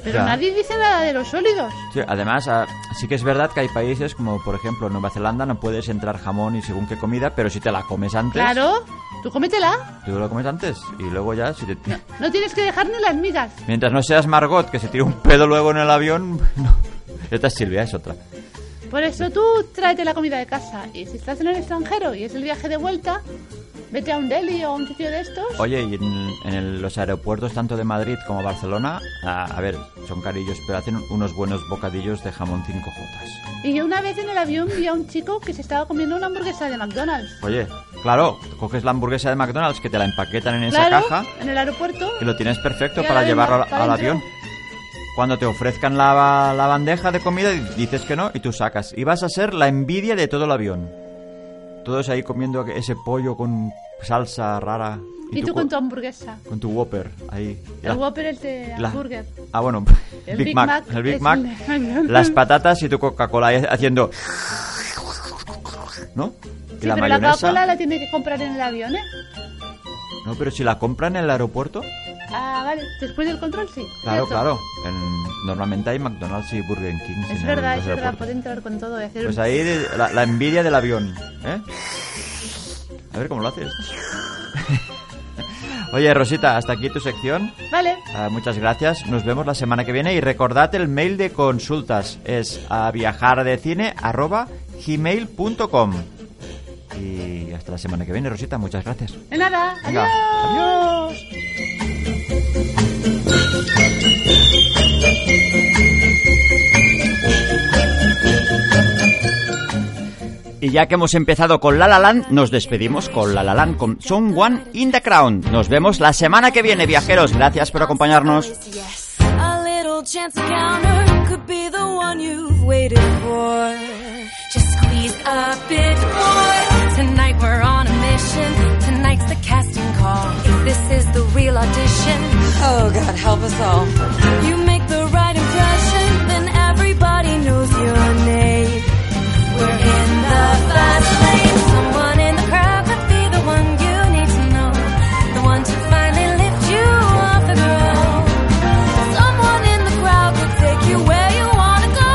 [SPEAKER 6] Pero
[SPEAKER 4] Ya.
[SPEAKER 6] nadie dice nada de los sólidos.
[SPEAKER 4] Sí, además, ah, sí que es verdad que hay países como, por ejemplo, en Nueva Zelanda no puedes entrar jamón y según qué comida, pero si te la comes antes,
[SPEAKER 6] Claro, tú cómetela.
[SPEAKER 4] tú lo comes antes y luego ya, si te-
[SPEAKER 6] No tienes que dejar ni las migas.
[SPEAKER 4] mientras no seas Margot, que se tira un pedo luego en el avión, *laughs* no. Esta es Silvia, es otra.
[SPEAKER 6] Por eso tú tráete la comida de casa. Y si estás en el extranjero y es el viaje de vuelta, vete a un deli o a un sitio de estos.
[SPEAKER 4] Oye, y en, en el- los aeropuertos tanto de Madrid como Barcelona, ah, a ver, son carillos, pero hacen unos buenos bocadillos de jamón 5J.
[SPEAKER 6] Y yo una vez en el avión vi a un chico que se estaba comiendo una hamburguesa de McDonald's.
[SPEAKER 4] Oye, claro, coges la hamburguesa de McDonald's que te la empaquetan en esa
[SPEAKER 6] claro,
[SPEAKER 4] caja
[SPEAKER 6] en el aeropuerto.
[SPEAKER 4] y lo tienes perfecto
[SPEAKER 6] Y
[SPEAKER 4] para
[SPEAKER 6] ahora
[SPEAKER 4] llevarlo
[SPEAKER 6] venga,
[SPEAKER 4] al-
[SPEAKER 6] para
[SPEAKER 4] al
[SPEAKER 6] dentro.
[SPEAKER 4] avión. Cuando te ofrezcan la, la bandeja de comida, dices que no y tú sacas. Y vas a ser la envidia de todo el avión. Todos ahí comiendo ese pollo con salsa rara.
[SPEAKER 6] Y, tú
[SPEAKER 4] co-
[SPEAKER 6] con tu hamburguesa.
[SPEAKER 4] con tu Whopper ahí.
[SPEAKER 6] El Whopper es de
[SPEAKER 4] la-
[SPEAKER 6] hamburger.
[SPEAKER 4] Ah, bueno,
[SPEAKER 6] *laughs* El
[SPEAKER 4] Big,
[SPEAKER 6] Big
[SPEAKER 4] Mac,
[SPEAKER 6] Mac
[SPEAKER 4] el Big
[SPEAKER 6] es
[SPEAKER 4] Mac,
[SPEAKER 6] un- *laughs*
[SPEAKER 4] las patatas y tu Coca-Cola ahí haciendo... ¿No?
[SPEAKER 6] Sí, pero la Coca-Cola la tiene que comprar en el avión, ¿eh?
[SPEAKER 4] No, pero si la compran en el aeropuerto...
[SPEAKER 6] Ah, vale. Después del control, sí.
[SPEAKER 4] Claro,
[SPEAKER 6] Cierto.
[SPEAKER 4] claro. En- normalmente hay McDonald's y Burger King.
[SPEAKER 6] Es
[SPEAKER 4] en
[SPEAKER 6] verdad,
[SPEAKER 4] los
[SPEAKER 6] es verdad.
[SPEAKER 4] aeropuertos.
[SPEAKER 6] Puede entrar con todo ¿eh, y hacer...
[SPEAKER 4] Pues ahí de- la, la envidia del avión. ¿eh? A ver cómo lo haces. *laughs* Oye, Rosita, hasta aquí tu sección.
[SPEAKER 6] Vale.
[SPEAKER 4] Ah, muchas gracias. Nos vemos la semana que viene y recordad el mail de consultas. Es a viajardecine.gmail.com Y hasta la semana que viene, Rosita. Muchas gracias.
[SPEAKER 6] De nada.
[SPEAKER 4] Venga,
[SPEAKER 6] Adiós.
[SPEAKER 4] adiós. Y ya que hemos empezado con La La Land, nos despedimos con La La Land con Someone in the Crown. Nos vemos la semana que viene, viajeros. Gracias por acompañarnos.
[SPEAKER 2] Yes. A little chance encounter could be the one you've waited for. Just squeeze a bit more. Tonight we're on a mission. Tonight's the casting call. If this is the real audition, oh God, help us all. You make the right impression, then everybody knows your name. We're in the fast lane. Someone in the crowd could be the one you need to know. The one to finally lift you off the ground. Someone in the crowd could take you where you wanna go.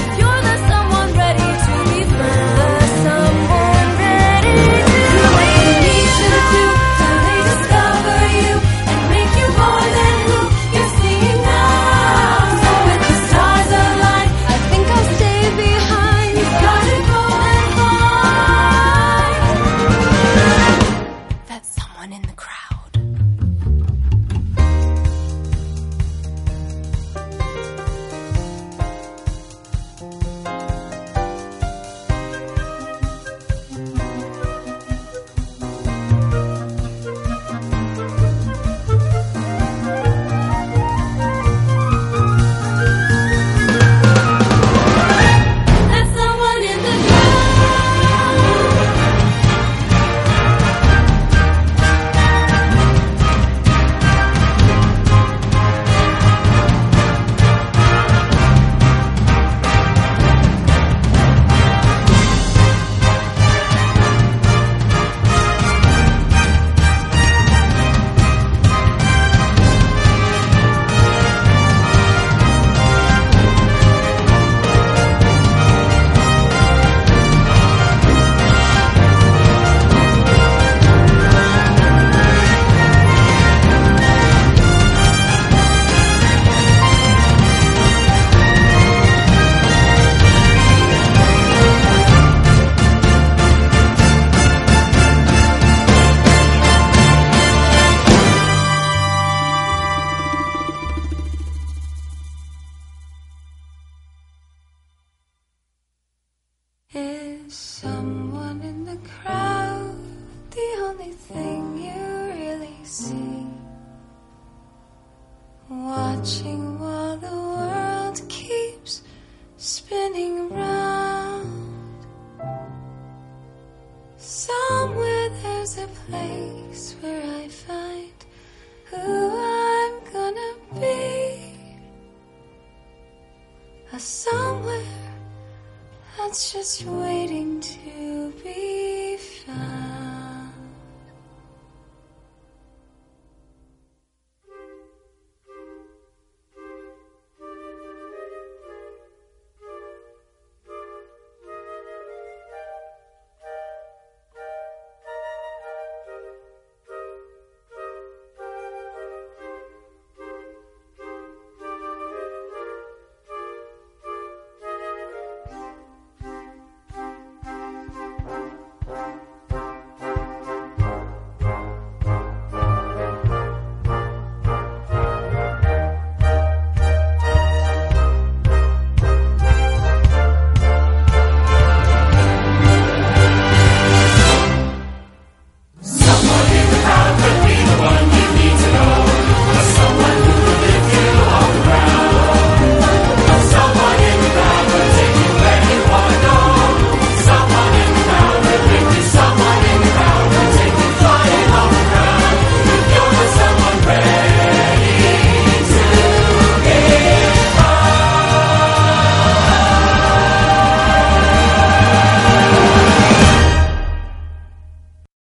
[SPEAKER 2] If you're the someone ready to be found, the someone ready to do what you need you to do till they discover you and make you more than who you're seeing now. So if the stars align, I think I'll stay behind. You gotta go and find that someone in the crowd. That someone in the crowd. Is someone in the crowd the only thing you really see? Watching while the world keeps spinning round. Somewhere there's a place where I find who I'm gonna be. A somewhere that's just waiting to